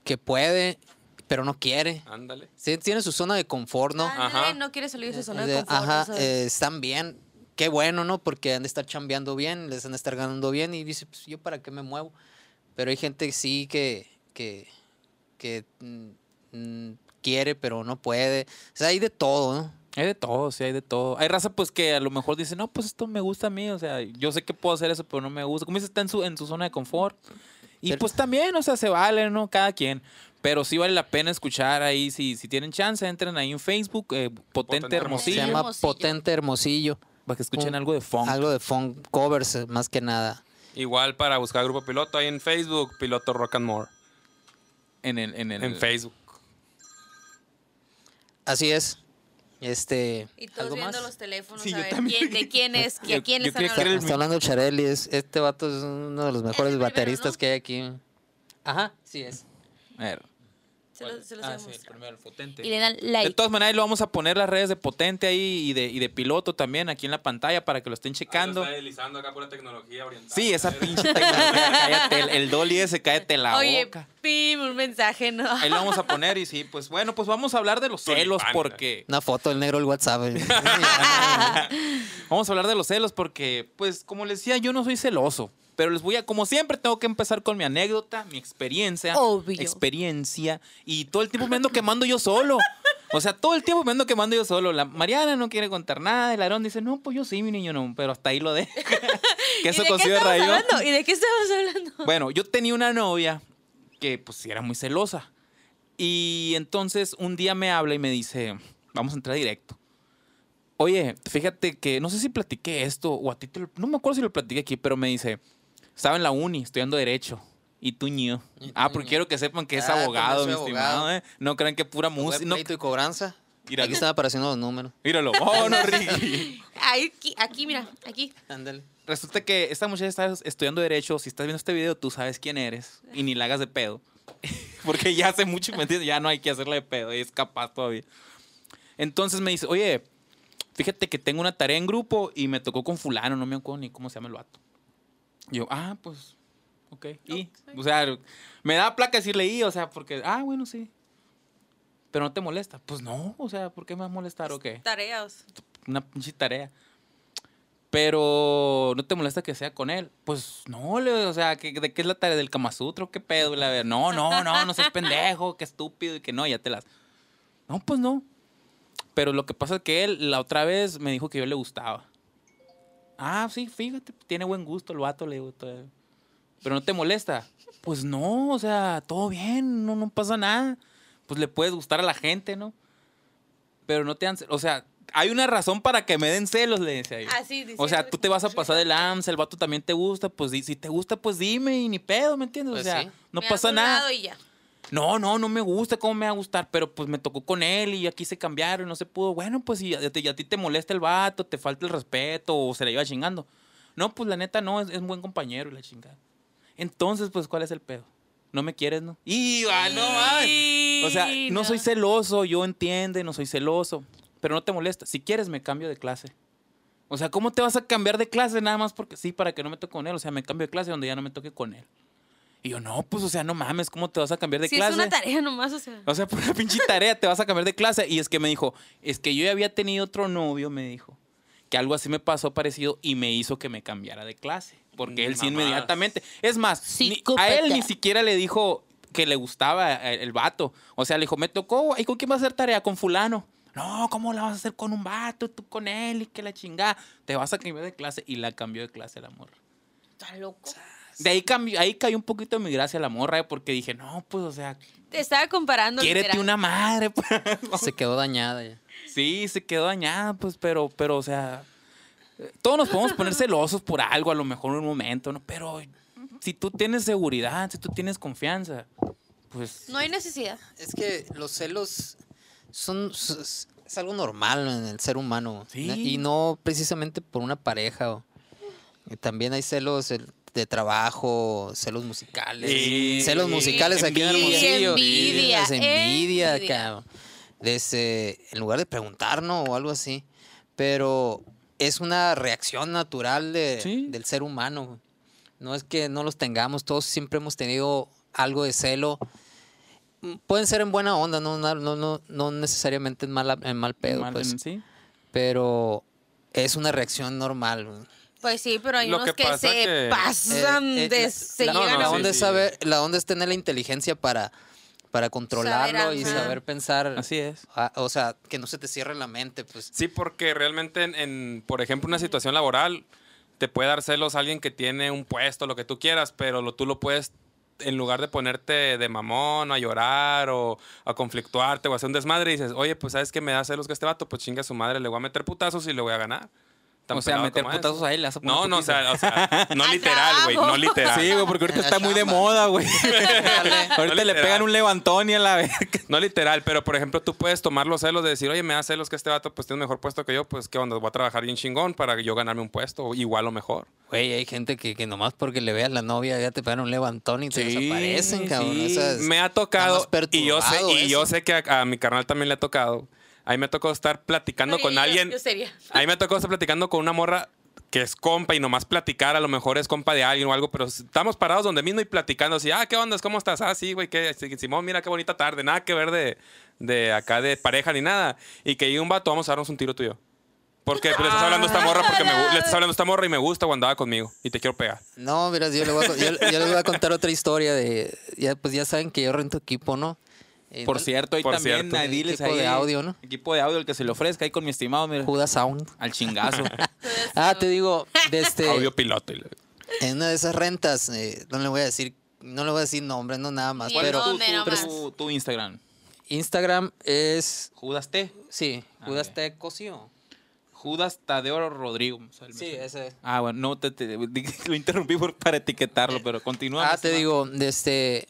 que puede, pero no quiere.
ándale.
Sí, tiene su zona de confort, ¿no? Eh,
Ah,
Ajá.
ándale, No quiere salir de su zona
De-
de confort.
ajá,
eso es.
eh, están bien. Qué bueno, ¿no? Porque han de estar chambeando bien, les han de estar ganando bien y dice, pues yo para qué me muevo. Pero hay gente que sí que, que, que, mm, mm, quiere, pero no puede. O sea, hay de todo, ¿no?
Hay de todo, sí, hay de todo. Hay raza pues que a lo mejor dice, no, pues esto me gusta a mí, o sea, yo sé que puedo hacer eso, pero no me gusta. Como dice, está en su, en su zona de confort. Y
Pero-
pues también, o sea, se vale, ¿no? Cada quien. Pero sí vale la pena escuchar ahí, si, si tienen chance, entren ahí en Facebook, eh, Potente,
Potente
Hermosillo,
Se llama
Hermosillo.
Potente Hermosillo.
para que escuchen
Un-
algo de funk.
Algo de funk covers, eh, más que nada.
Igual para buscar grupo piloto ahí en Facebook, piloto Rock and More.
En, el, en, el,
En Facebook.
Así es. Este.
Y todos
¿algo
viendo
más?
los teléfonos
Sí,
a
yo
ver
también.
quién, de quién es, y
Yo-
a quién
yo
le están
creí que
Está,
era
hablando.
el
está hablando Charelli. es- Este vato es uno de los mejores
primero,
bateristas
¿no?
que hay aquí. Ajá, sí es.
A ver.
Se los, se los voy a mostrar.
Ah, primero, potente.
Y le dan like.
Ah, De todas maneras, ahí lo vamos a poner las redes de Potente ahí y de, y de Piloto también aquí en la pantalla para que lo estén checando.
Está deslizando acá pura tecnología oriental.
Sí, esa pinche tecnología, cállate, el, el dolly ese, cállate la
Oye,
boca.
pim, un mensaje, ¿no?
Ahí lo vamos a poner y sí, pues bueno, pues vamos a hablar de los
Tulipán,
celos
güey.
porque...
Una foto del negro el WhatsApp. eh.
Vamos a hablar de los celos porque, pues como les decía, yo no soy celoso. Pero les voy a, como siempre, tengo que empezar con mi anécdota, mi experiencia.
Obvio.
Experiencia. Y todo el tiempo me ando quemando yo solo. O sea, todo el tiempo me ando quemando yo solo. La Mariana no quiere contar nada. El Aarón dice, no, pues yo sí, mi niño, no. Pero hasta ahí lo dejo. que
¿Y
eso
de qué
consigue
estamos
rayo.
hablando? ¿Y de qué estamos hablando?
Bueno, yo tenía una novia que pues sí era muy celosa. Y entonces un día me habla y me dice, vamos a entrar directo. Oye, fíjate que no sé si platiqué esto o a ti te lo- no me acuerdo si lo platiqué aquí, pero me dice, estaba en la uni estudiando derecho. Y tú ñío.
Y
Ah,
tú,
porque
ñío.
quiero que sepan que es
Ah,
abogado, mi
también soy abogado. Pues
estimado. ¿eh? No crean que pura música. No,
Pleito y cobranza.
Mira.
Aquí están apareciendo los números.
míralo. Oh, no, Ricky.
Ahí, aquí, aquí, mira, aquí.
Ándale.
Resulta que esta muchacha está estudiando derecho. Si estás viendo este video, tú sabes quién eres y ni la hagas de pedo. Porque ya hace mucho, ¿me entiendes? Ya no hay que hacerle de pedo y es capaz todavía. Entonces me dice, oye, fíjate que tengo una tarea en grupo y me tocó con fulano, no me acuerdo ni cómo se llama el vato. Y yo, ah, pues, ok. Y, o sea, me da placa decirle y, o sea, porque, ah, bueno, sí. Pero no te molesta. Pues no, o sea, ¿por qué me va a molestar o qué?
Tareas.
una pinche tarea. Pero no te molesta que sea con él. Pues no, le- o sea, ¿qué- ¿de qué es la tarea del Kama Sutra o qué pedo? La ver- no, no, no, no seas pendejo, qué estúpido y que no, ya te las. No, pues no. Pero lo que pasa es que él la otra vez me dijo que yo le gustaba. Ah, sí, fíjate, tiene buen gusto el vato, le digo. todo. Pero no te molesta. Pues no, o sea, todo bien, no, no pasa nada. Pues le puedes gustar a la gente, ¿no? Pero no te dan. ce- O sea, hay una razón para que me den celos, le decía yo.
Así, dice.
O sea, tú te vas a pasar de lanza, el vato también te gusta, pues di- si te gusta, pues dime y ni pedo, ¿me entiendes?
Pues
o sea,
sí.
no pasa nada.
Y ya.
No, no, no me gusta, ¿cómo me va a gustar? Pero pues me tocó con él y aquí se cambiaron y no se pudo. Bueno, pues si a, ti- a ti te molesta el vato, te falta el respeto o se le iba chingando. No, pues la neta no, es, es un buen compañero y la chingada. Entonces, pues, ¿cuál es el pedo? No me quieres, ¿no? ¡Y, ah, no, ay! O sea, no soy celoso, yo entiende, no soy celoso, pero no te molesta. Si quieres, me cambio de clase. O sea, ¿cómo te vas a cambiar de clase nada más porque sí, para que no me toque con él? O sea, me cambio de clase donde ya no me toque con él. Y yo, no, pues, o sea, no mames, ¿cómo te vas a cambiar de
Si
clase?
es una tarea nomás, o sea.
O sea, por una pinche tarea te vas a cambiar de clase. Y es que me dijo, es que yo ya había tenido otro novio, me dijo, que algo así me pasó parecido y me hizo que me cambiara de clase. Porque él sí
Mamadas.
inmediatamente. Es más, ni- a él ni siquiera le dijo que le gustaba el, el vato. O sea, le dijo, me tocó, ¿y con quién vas a hacer tarea? Con fulano. No, ¿cómo la vas a hacer con un vato? Tú con él y que la chingada. Te vas a cambiar de clase. Y la cambió de clase la morra.
Está loco.
De ahí, cambió- ahí cayó un poquito de mi gracia la morra, eh, porque dije, no, pues, o sea,
Te estaba comparando.
quiérete
literal.
una madre. pues.
Se quedó dañada ya.
Sí, se quedó dañada, pues, pero, pero, o sea, eh, todos nos podemos poner celosos por algo, a lo mejor en un momento, ¿no? Pero si tú tienes seguridad, si tú tienes confianza, pues...
No hay necesidad.
Es que los celos son s- es algo normal en el ser humano
Sí.
y no precisamente por una pareja. o- y También hay celos el- de trabajo, celos musicales,
Sí.
celos musicales aquí en
Envidia.
Hermosillo,
Envidia,
las envidia,
envidia.
cabrón. Desde, en lugar de preguntarnos o algo así, pero es una reacción natural de-
Sí.
del ser humano. No es que no los tengamos, todos siempre hemos tenido algo de celo. Mm, Pueden ser en buena onda, no, no, no, no- no necesariamente en, mala, en mal pedo,
mal,
pues,
sí.
pero es una reacción normal. güey.
Pues sí, pero hay
Lo
unos
que
que,
pasa
se
que-
pasan
Eh, eh,
de
la-
Pues, se
la,
llegan
no,
a
la
sí,
onda es
sí.
saber, la onda es tener la inteligencia para para controlarlo y
ajá.
saber pensar.
Así es.
Ah, o sea, que no se te cierre la mente, pues.
Sí, porque realmente, en, en, por ejemplo, una situación laboral, te puede dar celos alguien que tiene un puesto, lo que tú quieras, pero lo, tú lo puedes, en lugar de ponerte de mamón, a llorar o a conflictuarte o a hacer un desmadre, dices, oye, pues sabes que me da celos que este vato, pues chinga su madre, le voy a meter putazos y le voy a ganar. Tan
O sea,
pelado
meter
como es.
putazos a él, le vas a poner
No, no, o
putiza.
sea, o sea, no
Al
literal, güey, no
trabajo.
literal.
Sí, güey, porque ahorita
En la
está muy de
chamba.
moda, güey.
No
Ahorita le
literal.
pegan un levantón y a la verga.
No literal, pero por ejemplo, tú puedes tomar los celos de decir, oye, me da celos que este vato pues tiene un mejor puesto que yo, pues qué onda, voy a trabajar bien chingón para yo ganarme un puesto, o igual o mejor.
Güey, hay gente que, que nomás porque le veas la novia ya te pegan un levantón y te
Sí,
desaparecen, cabrón.
sí.
o sea, es-
me ha
Pues, está
tocado
más
y yo sé
perturbado
y yo
eso.
sé que a, a mi carnal también le ha tocado. Ahí me ha tocado estar platicando
Oye,
con
yo-
alguien.
Yo sería.
Ahí me ha tocado estar platicando con una morra que es compa y nomás platicar, a lo mejor es compa de alguien o algo, pero estamos parados donde mismo y platicando así, ah, ¿qué onda? ¿Cómo estás? Ah, sí, güey, que sí, Simón, mira qué bonita tarde, nada que ver de, de acá de pareja ni nada. Y que llegue un vato, vamos a darnos un tiro tuyo. Porque le estás hablando a esta morra porque me, gu- le estás hablando a esta morra y me gusta cuando andaba conmigo y te quiero pegar.
No, mira, yo, le voy a, yo, yo les voy a contar otra historia de. Ya, pues ya saben que yo rento equipo, ¿no? Eh,
Por
no-
cierto, ahí
Por
también
cierto.
a diles
Equipo de
ahí,
audio, ¿no?
Equipo de audio, el que se le ofrezca ahí con mi estimado, mira.
Judas Sound.
Al chingazo.
Ah, te digo, de este,
Audio piloto. y le-
en una de esas rentas, eh, no le voy a decir, no le voy a decir nombre, no nada más.
Ni el
Pero
tu,
nombre nomás.
tu- tu Instagram?
Instagram es,
Judas T.
sí,
Ah,
Judas
ya.
T. Cosío.
Judas Tadeo Rodrigo. me sale.
Sí, ese es.
Ah, bueno, no te, te- lo interrumpí por- para etiquetarlo, pero continúa.
Ah,
mi
te
estimado.
digo, de este,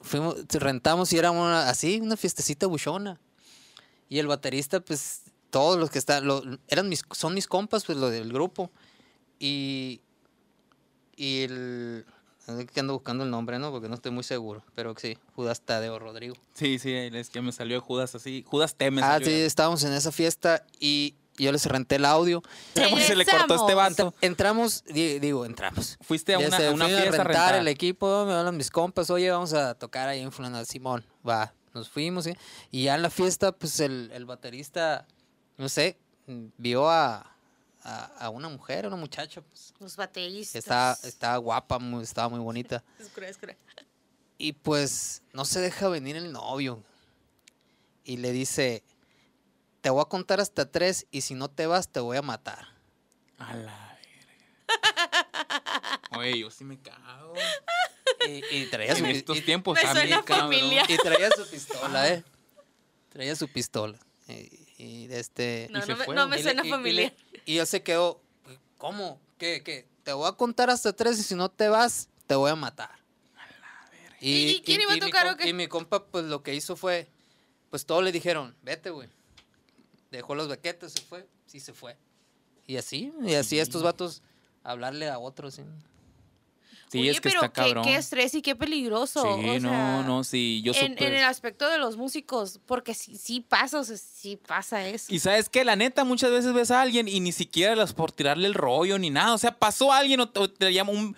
fuimos, rentamos y era una, así, una fiestecita buchona. Y el baterista, pues, todos los que están, lo- eran mis, son mis compas, pues, los del grupo. Y, y el, es que ando buscando el nombre, ¿no? Porque no estoy muy seguro, pero sí, Judas Tadeo Rodrigo.
Sí, sí, es que me salió Judas así. Judas T me
Ah,
salió.
sí, estábamos en esa fiesta y yo les renté el audio.
Se le cortó este
Regresamos.
vato.
Entramos, di- digo, entramos.
Fuiste a una,
Desde
a una
fui a
fiesta a
rentar
rentar.
el equipo, me hablan mis compas, oye, vamos a tocar ahí en Fulano Simón. Va, nos fuimos, ¿sí? Y ya en la fiesta, pues el, el baterista, no sé, mm, vio a, a, a una mujer, una muchacha, pues,
Los
que
bateístas.
estaba, estaba guapa, muy- estaba muy bonita.
Es cruel, es cruel.
Y pues no se deja venir el novio. Y le dice, te voy a contar hasta tres y si no te vas te voy a matar.
A la verga. Oye, yo sí me cago.
Y, y traía, su,
En
pi-
estos
y-
tiempos
Me
está bien,
suena
cabrón.
familiar.
y traía su pistola, ¿eh? Traía su pistola. Y, y de este...
No,
se
no me,
fue,
no
güey.
me
y le-
suena
y- y le-
familiar.
Y él se quedó, ¿cómo? ¿Qué? ¿Qué? Te voy a contar hasta tres y si no te vas, te voy a matar.
¿Y- y quién iba a
mi
tocar o
com-
qué?
Y mi compa, pues lo que hizo fue, pues todos le dijeron, vete, güey. Dejó los bequetes, se fue, sí se fue. Y así, y así estos vatos hablarle a otros. ¿sí?
Sí,
Oye,
es que
pero
está
qué,
cabrón.
qué estrés y qué peligroso. o
Sí,
sea,
no, no, sí, yo
en,
supe
en el
eso.
aspecto de los músicos, porque sí, sí pasa, o sea, sí pasa eso.
Y sabes que la neta, muchas veces ves a alguien y ni siquiera las por tirarle el rollo ni nada. O sea, pasó alguien o, o te llama un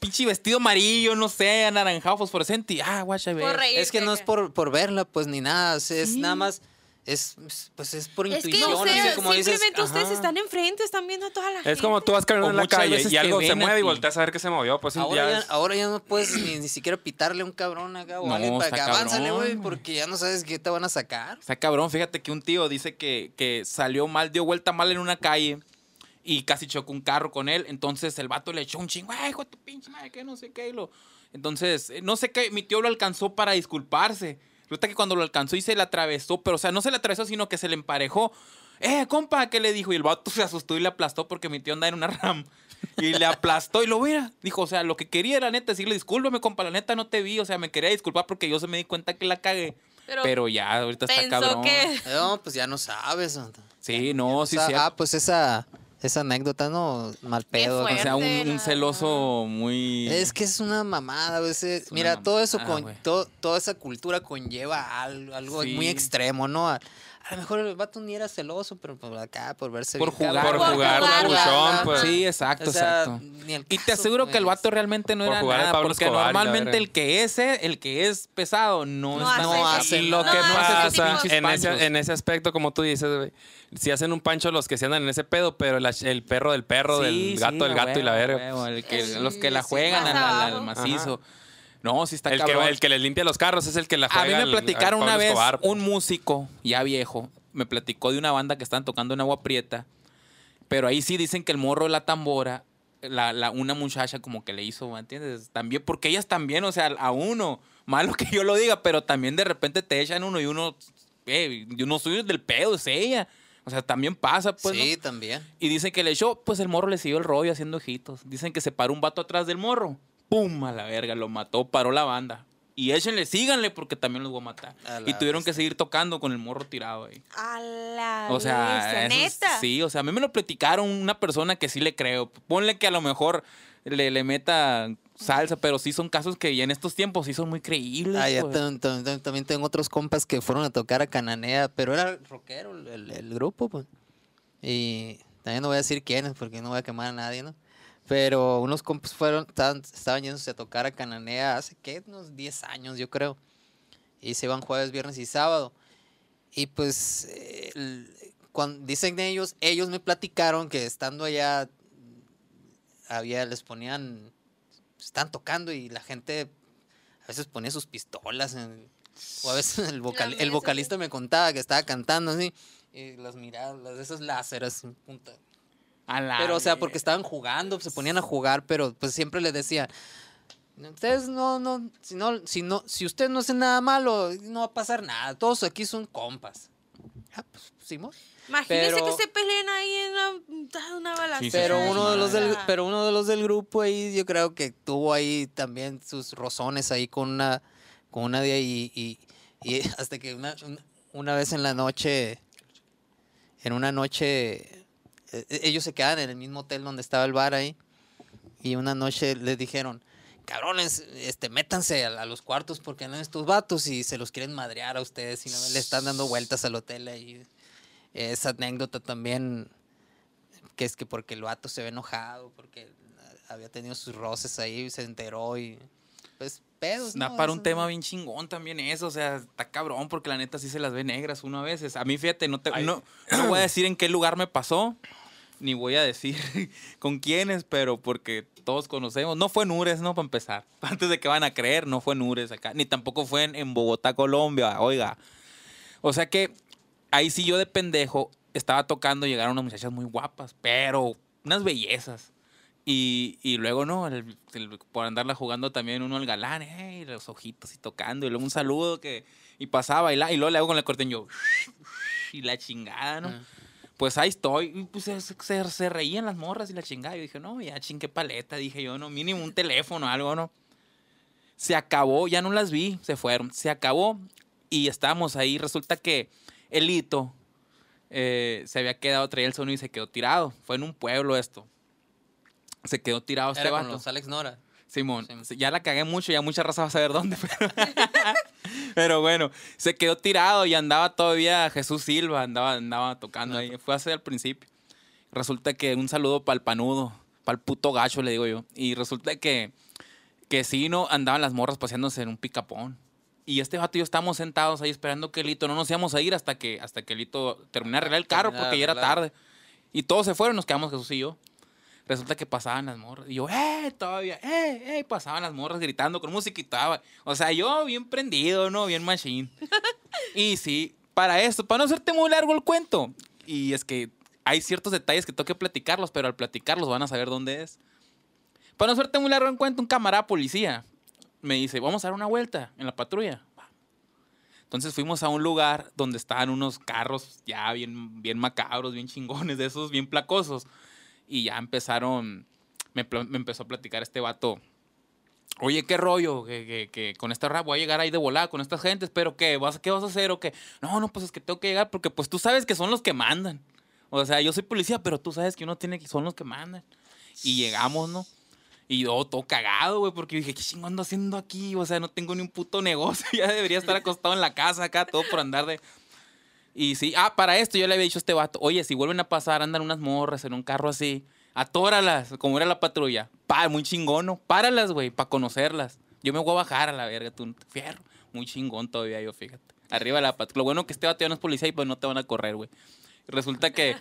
pinche vestido amarillo, no sé, anaranjado fosforescente y ah, guacha, ve.
Por reírte
Es que no es
acá.
por, por verla, pues, ni nada, es, es nada más, es, pues es por
Es que
intuición.
ustedes-
así como dices,
simplemente ustedes
ajá.
están enfrente, están viendo a toda la gente.
Es como tú vas
O
caminando en la
muchas
calle
veces
y
te
algo se
ven a
mueve y
ti.
volteas a ver que se movió, pues sí,
Ahora ya,
es-
ahora ya no puedes ni, ni siquiera pitarle a un cabrón acá o a
No,
alguien para que
está
avánzale,
cabrón,
güey,
güey.
porque ya no sabes qué te van a sacar.
Está cabrón, fíjate que un tío dice que, que salió mal, dio vuelta mal en una calle y casi chocó un carro con él. Entonces el vato le echó un chingo, ¡ay, hijo de tu pinche madre, que no sé qué! y lo- Entonces, eh, no sé qué, mi tío lo alcanzó para disculparse. Resulta que cuando lo alcanzó y se le atravesó, pero o sea, no se le atravesó, sino que se le emparejó. ¡Eh, compa! ¿Qué le dijo? Y el vato se asustó y le aplastó porque mi tío andaba en una RAM. Y le aplastó y lo mira. Dijo, o sea, lo que quería era neta decirle, discúlpame, compa, la neta no te vi. O sea, me quería disculpar porque yo se me di cuenta que la cagué.
Pero
Pero, ya, ahorita está
Pensó
cabrón.
que.
No, pues ya no sabes. ¿no?
Sí, no,
O
sí,
sea,
sí.
ah, pues esa, esa anécdota, ¿no? Mal pedo.
o
¿no?
fuerte.
sea, un,
fuerte,
un
la
celoso muy.
ah, Es que es una mamada a veces.
Es una
Mira, todo eso,
mamada,
con,
güey.
to- toda esa cultura conlleva algo, algo
Sí.
muy extremo, ¿no? A, a lo mejor el vato ni era celoso, pero por acá, por verse
Por
bien
jugar,
cabrón.
por jugar,
por
buchón, pues.
Sí,
O
exacto,
sea,
exacto.
ni al
Y te
caso,
aseguro que el
pues.
vato realmente no
Por
era
jugar al
nada,
Pablo
porque
Escobar y la
normalmente
verga.
el que es eh, el que es pesado no,
No
es
hace
tan-
eso.
y lo
No
que
hace ese
pasa
pasa
pinches
en
panchos.
ese, en ese aspecto, como tú dices, güey, si hacen un pancho los que se andan en ese pedo, pero el, el perro del perro,
Sí,
del gato
sí,
del
a
gato y
huevo,
la
a
verga.
huevo, el que-
Sí,
los que la
sí,
juegan
más
al- al, al
abajo.
macizo. No, sí está
El que,
cabrón.
el que les limpia los carros es el que la
a mí
juega
me
al-
platicaron
al
una
Pablo
vez
Escobar. pues.
un músico ya viejo, me platicó de una banda que están tocando en Agua Prieta, pero ahí sí dicen que el morro de la tambora, la, la- una muchacha como que le hizo, ¿me ¿entiendes? También, porque ellas también, o sea, a uno, malo que yo lo diga, pero también de repente te echan uno y uno, eh, yo no soy del pedo, es ella. O sea, también pasa, pues. ¿no?
sí, también.
Y dicen que le echó, pues el morro le siguió el rollo haciendo ojitos. Dicen que se paró un vato atrás del morro. ¡Pum! A la verga, lo mató, paró la banda. Y échenle, síganle, porque también los voy a matar.
A la
y tuvieron que
bestia.
seguir tocando con el morro tirado ahí.
A la
O sea,
bestia,
eso es-
neta.
sí, o sea, a mí me lo platicaron una persona que sí le creo. Ponle que a lo mejor le, le meta salsa, pero sí son casos que en estos tiempos sí son muy creíbles.
Ah, ya
pues.
tam- tam- tam- también tengo otros compas que fueron a tocar a Cananea, pero era rockero el, el- el grupo, pues. Y también no voy a decir quiénes porque no voy a quemar a nadie, ¿no? Pero unos compas fueron, estaban, estaban yéndose a tocar a Cananea hace, ¿qué? Unos 10 años, yo creo. Y se iban jueves, viernes y sábado. Y pues, eh, el- cuan- dicen ellos, ellos me platicaron que estando allá, había, les ponían, están tocando y la gente a veces ponía sus pistolas en- o a veces el, vocal-
Las mías,
el
ok.
vocalista me contaba que estaba cantando así y las miradas, las- esos láseres en punta.
A la
Pero o sea, porque
verga.
estaban jugando, se ponían a jugar, pero pues siempre les decía, ustedes no, no, si no, si no, si ustedes no hacen nada malo, no va a pasar nada. Todos aquí son compas. Ah, pues, Simón.
Imagínense
pero-
que se peleen ahí en una, una balacera.
Sí, sí,
Pero
sí,
uno, de los del,
O sea,
pero uno de los del grupo ahí, yo creo que tuvo ahí también sus rozones ahí con una, con una de ahí. Y, y hasta que una, un- una vez en la noche, en una noche, eh, ellos se quedan en el mismo hotel donde estaba el bar ahí. Y una noche les dijeron, cabrones, este, métanse a, a los cuartos porque andan estos vatos y se los quieren madrear a ustedes y no- le están dando vueltas al hotel ahí. Esa anécdota también que es que porque el vato se ve enojado, porque había tenido sus roces ahí, y se enteró y pues pedos.
Da
¿no?
para
Eso
un
no-
tema bien chingón también eso, o sea, está cabrón porque la neta sí se las ve negras uno a veces. A mí fíjate, no te
Ay.
no, no voy a decir en qué lugar me pasó, ni voy a decir con quiénes, pero porque todos conocemos. No fue en Ures, no, para empezar. Antes de que van a creer, no fue en Ures acá, ni tampoco fue en, en Bogotá, Colombia, oiga. O sea que ahí sí yo de pendejo estaba tocando, llegaron unas muchachas muy guapas, pero unas bellezas. Y, y luego, ¿no? el- el- por andarla jugando también uno al galán, ¡eh! y los ojitos y tocando, y luego un saludo que... Y pasaba, y, la, y luego le hago con el corte yo... Y la chingada,
Ah.
¿no? Pues ahí estoy. Y pues se, se- se reían las morras y la chingada. Yo dije, no, ya chingue paleta. Dije yo, no, mínimo un teléfono, algo, ¿no? Se acabó, ya no las vi, se fueron. Se acabó y estábamos ahí. Resulta que Elito eh, se había quedado, traía el sonido y se quedó tirado. Fue en un pueblo esto. Se quedó tirado este
Era con
vato.
los Alex Nora.
Simón,
Simón.
se- ya la cagué mucho, ya mucha raza va a saber dónde. Pero, pero bueno, se quedó tirado y andaba todavía Jesús Silva, andaba, andaba tocando ahí. Fue hace al principio. Resulta que un saludo para el panudo, para el puto gacho, le digo yo. Y resulta que, que sí, no, andaban las morras paseándose en un picapón. Y este vato y yo estábamos sentados ahí esperando que Lito, no nos íbamos a ir hasta que, hasta que Lito terminara de arreglar el carro
Terminara de
porque ya era
arreglar.
tarde. Y todos se fueron, nos quedamos Jesús y yo. Resulta que pasaban las morras. Y yo, ¡eh! Todavía, ¡eh! ¡eh! Pasaban las morras gritando con música y estaba. O sea, yo bien prendido, ¿no? Bien machine. y sí, para esto, para no hacerte muy largo el cuento. Y es que hay ciertos detalles que tengo que platicarlos, pero al platicarlos van a saber dónde es. Para no hacerte muy largo el cuento, un camarada policía me dice, vamos a dar una vuelta en la patrulla. Va. Entonces fuimos a un lugar donde estaban unos carros ya bien, bien macabros, bien chingones, de esos bien placosos y ya empezaron, me, pl- me empezó a platicar este vato. Oye, qué rollo, que, que- que con esta rap voy a llegar ahí de volada con estas gentes, pero ¿qué vas, qué vas a hacer o qué? No, no, pues es que tengo que llegar porque pues tú sabes que son los que mandan. O sea, yo soy policía, pero tú sabes que uno tiene que, son los que mandan. Y llegamos, ¿no? Y yo todo cagado, güey, porque dije, ¿qué chingo ando haciendo aquí? O sea, no tengo ni un puto negocio, ya debería estar acostado en la casa acá, todo por andar de... Y sí, ah, para esto yo le había dicho a este vato, oye, si vuelven a pasar, andan unas morras en un carro así, atóralas, como era la patrulla. Pa, muy chingono, páralas, güey, para conocerlas. Yo me voy a bajar a la verga, tú, fierro. Muy chingón todavía yo, fíjate. Arriba la patrulla. Lo bueno que este vato ya no es policía y pues no te van a correr, güey. Resulta que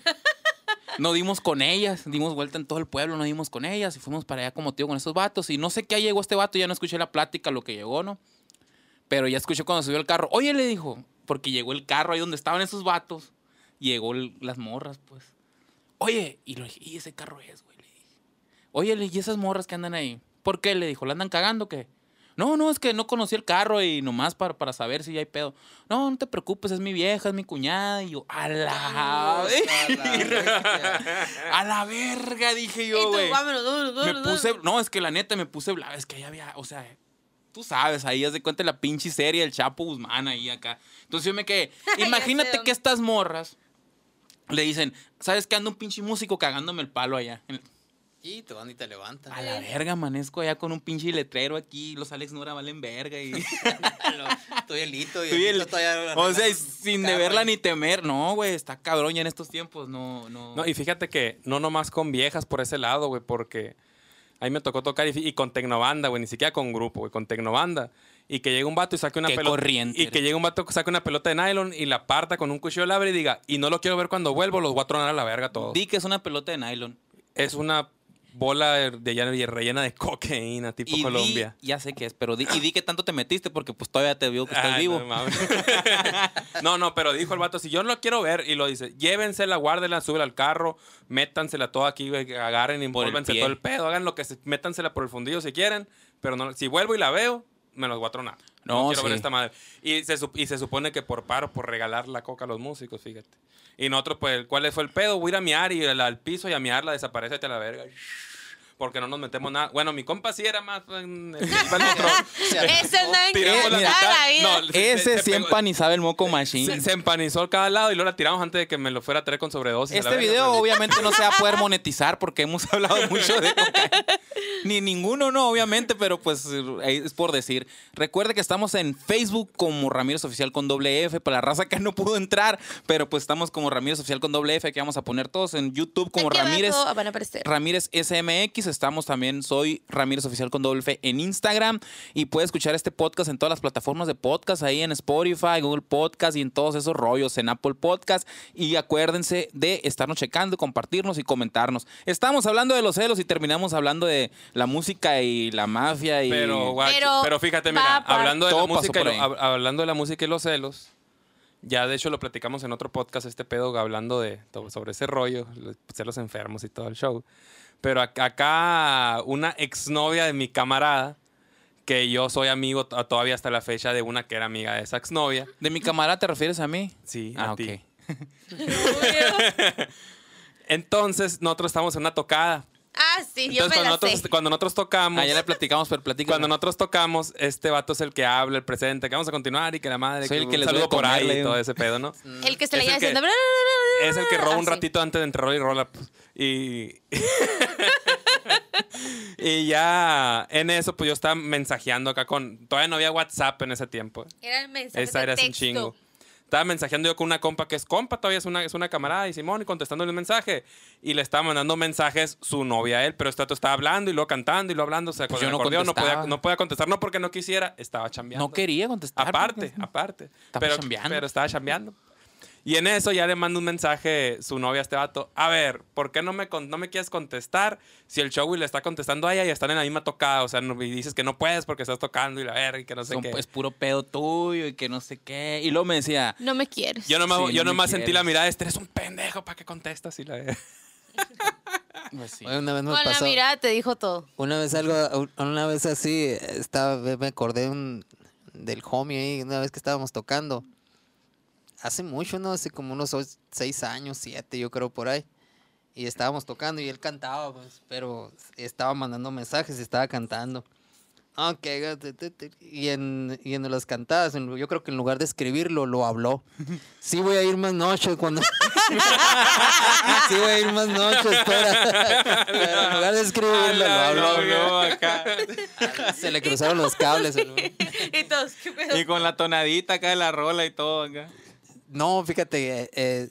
No dimos con ellas, dimos vuelta en todo el pueblo, no dimos con ellas y fuimos para allá como tío con esos vatos. Y no sé qué llegó este vato, ya no escuché la plática, lo que llegó, ¿no? Pero ya escuché cuando subió el carro. Oye, le dijo, porque llegó el carro ahí donde estaban esos vatos, llegó el- las morras, pues. Oye, y le dije, ¿y ese carro es, güey? Le dije. Oye, le dije, ¿y esas morras que andan ahí? ¿Por qué? Le dijo, ¿la andan cagando o qué? No, no, es que no conocí el carro y nomás para, para saber si hay pedo. No, no te preocupes, es mi vieja, es mi cuñada. Y yo, a la,
Vamos a la bestia.
a la verga, dije
Y
yo,
tú,
güey.
vámonos, vámonos,
Me
vámonos,
puse,
vámonos.
no, es que la neta me puse bla, es que ahí había, o sea, tú sabes, ahí haz de cuenta la pinche serie del Chapo Guzmán ahí acá. Entonces yo me quedé,
Ya sé
imagínate
dónde.
que estas morras le dicen, ¿sabes que anda un pinche músico cagándome el palo allá? en el-
Y te van y te levantan.
A la verga, amanezco allá con un pinche letrero aquí, los Alex Nora valen verga y...
Estoy elito. Y
Estoy el-
elito todavía
o sea, y
arreglan
sin
carro
deberla
ahí.
ni temer, no, güey, está cabrón ya en estos tiempos, no, no.
No, y fíjate que no nomás con viejas por ese lado, güey, porque ahí me tocó tocar y, fi- y con tecnobanda, güey, ni siquiera con grupo, güey, con tecnobanda. Y que llegue un vato y saque una
Qué
pelota.
corriente
Y que
eres.
llegue un vato que saque una pelota de nylon y la parta con un cuchillo de labre y diga, y no lo quiero ver cuando vuelvo, los voy a tronar a la verga todos.
Di que es una pelota de nylon.
Es una bola de, de- rellena de cocaína, tipo
y
Colombia.
Di, ya sé qué es, pero di, y di que tanto te metiste porque pues todavía te vio que estás
Ay,
vivo.
Ah, No, mames. no, no, pero dijo el vato, si yo no lo quiero ver, y lo dice, llévensela, guárdenla, súbela al carro, métansela toda aquí, güey, agarren, y
Por el
envuélvanse
pie.
todo el pedo, hagan lo que se, métansela por el fundido si quieren, pero no, si vuelvo y la veo, me los voy a tronar. No,
No,
quiero ver
sí.
esta madre. Y se, sup- y se supone que por paro, por regalar la coca a los músicos, fíjate. Y nosotros, pues, ¿cuál fue el pedo? Voy a ir a miar y al, al piso y a miarla, desaparece a la verga. Porque no nos metemos nada. Bueno, mi compa sí era más. eh, iba al otro.
Se
Ese es nada
Tiramos la
mira.
encantada la vida.
No, se- se-
Ese
se
sí
pegó-
empanizaba el moco
se,
machine.
se empanizó a cada lado y luego la tiramos antes de que me lo fuera a traer con sobredosis. a la
este
verga,
video
pues.
obviamente no se va a poder monetizar porque hemos hablado mucho de cocaína. Ni ninguno, no, obviamente, pero pues eh, es por decir. Recuerde que estamos en Facebook como Ramírez Oficial con doble F, para la raza que no pudo entrar, pero pues estamos como Ramírez Oficial con doble F, que vamos a poner todos en YouTube como
Aquí
Ramírez.
abajo van a aparecer.
Ramírez SMX. Estamos también, soy Ramírez Oficial con doble F en Instagram. Y puede escuchar este podcast en todas las plataformas de podcast, ahí en Spotify, Google Podcast y en todos esos rollos, en Apple Podcast. Y acuérdense de estarnos checando, compartirnos y comentarnos. Estamos hablando de los celos y terminamos hablando de la música y la mafia y...
Pero, guacho,
Pero
pero, fíjate,
va
mira,
para-
hablando de, la
Todo pasó
música y
por
lo-
ahí.
hab- hablando de la música y los celos, ya de hecho lo platicamos en otro podcast, este pedo, hablando de to- sobre ese rollo, los celos enfermos y todo el show. Pero ac- acá, una exnovia de mi camarada, que yo soy amigo to- todavía hasta la fecha de una que era amiga de esa exnovia.
¿De mi camarada te refieres a mí?
Sí,
Ah,
a
ok.
ti. Entonces, nosotros estamos en una tocada.
Ah, sí, yo
Entonces,
me
cuando
la
nosotros,
sé.
cuando nosotros tocamos.
Ah, ya le platicamos, pero platica.
Cuando nosotros tocamos, este vato es el que habla, el presente, que vamos a continuar y que la madre.
Soy el
un
que les
saludo
doy de
por
comer,
ahí y
Leo.
todo ese pedo, ¿no?
El que se le
Es
lleva
el que-
haciendo. Ah,
es el que roba un
Así.
ratito antes de entre roll y rola. pues, Y. y ya en eso, pues yo estaba mensajeando acá con. Todavía no había WhatsApp en ese tiempo.
Era el mensaje.
Esa era sin chingo. Estaba mensajeando yo con una compa que es compa, todavía es una, es una camarada y Simón, y contestándole un mensaje. Y le estaba mandando mensajes su novia a él, pero este vato estaba hablando y luego cantando y luego hablando. O sea,
Pues
con
yo
el
no
acordeón no podía,
contestaba.
no podía contestar, no porque no quisiera, estaba chambeando.
No quería contestar.
Aparte, aparte.
Estaba
pero,
chambeando.
pero estaba chambeando. Y en eso ya le manda un mensaje su novia a este vato. A ver, ¿por qué no me, con- no me quieres contestar si el show le está contestando a ella y están en la misma tocada? O sea, no- y dices que no puedes porque estás tocando y la verga y que no sé
Son- pues
qué.
es puro pedo tuyo y que no sé qué. Y luego me decía,
No me quieres.
Yo nomás,
Sí,
yo
no me
nomás sentí
quieres.
la mirada de este, eres un pendejo, ¿para qué contestas? Y la... "Ah,
pues sí.
Oye, Una vez nos
Con la
pasó.
mirada te dijo todo.
Una vez algo, una vez así, estaba, me acordé un- del homie ahí, una vez que estábamos tocando. Hace mucho, ¿no? Hace como unos ocho- seis años, siete, yo creo, por ahí. Y estábamos tocando y él cantaba, pues, pero estaba mandando mensajes, estaba cantando. Ah, que haga tu, tu, tu. Y en, y en las cantadas, en- yo creo que en lugar de escribirlo, lo habló. Sí voy a ir más noche cuando... sí voy a ir más noche, espera. Pero en lugar de escribirlo, lo habló. Se le cruzaron los cables. el güey.
y todos, ¿qué pedo?
Y con la tonadita acá de la rola y todo acá.
No, fíjate, eh, eh,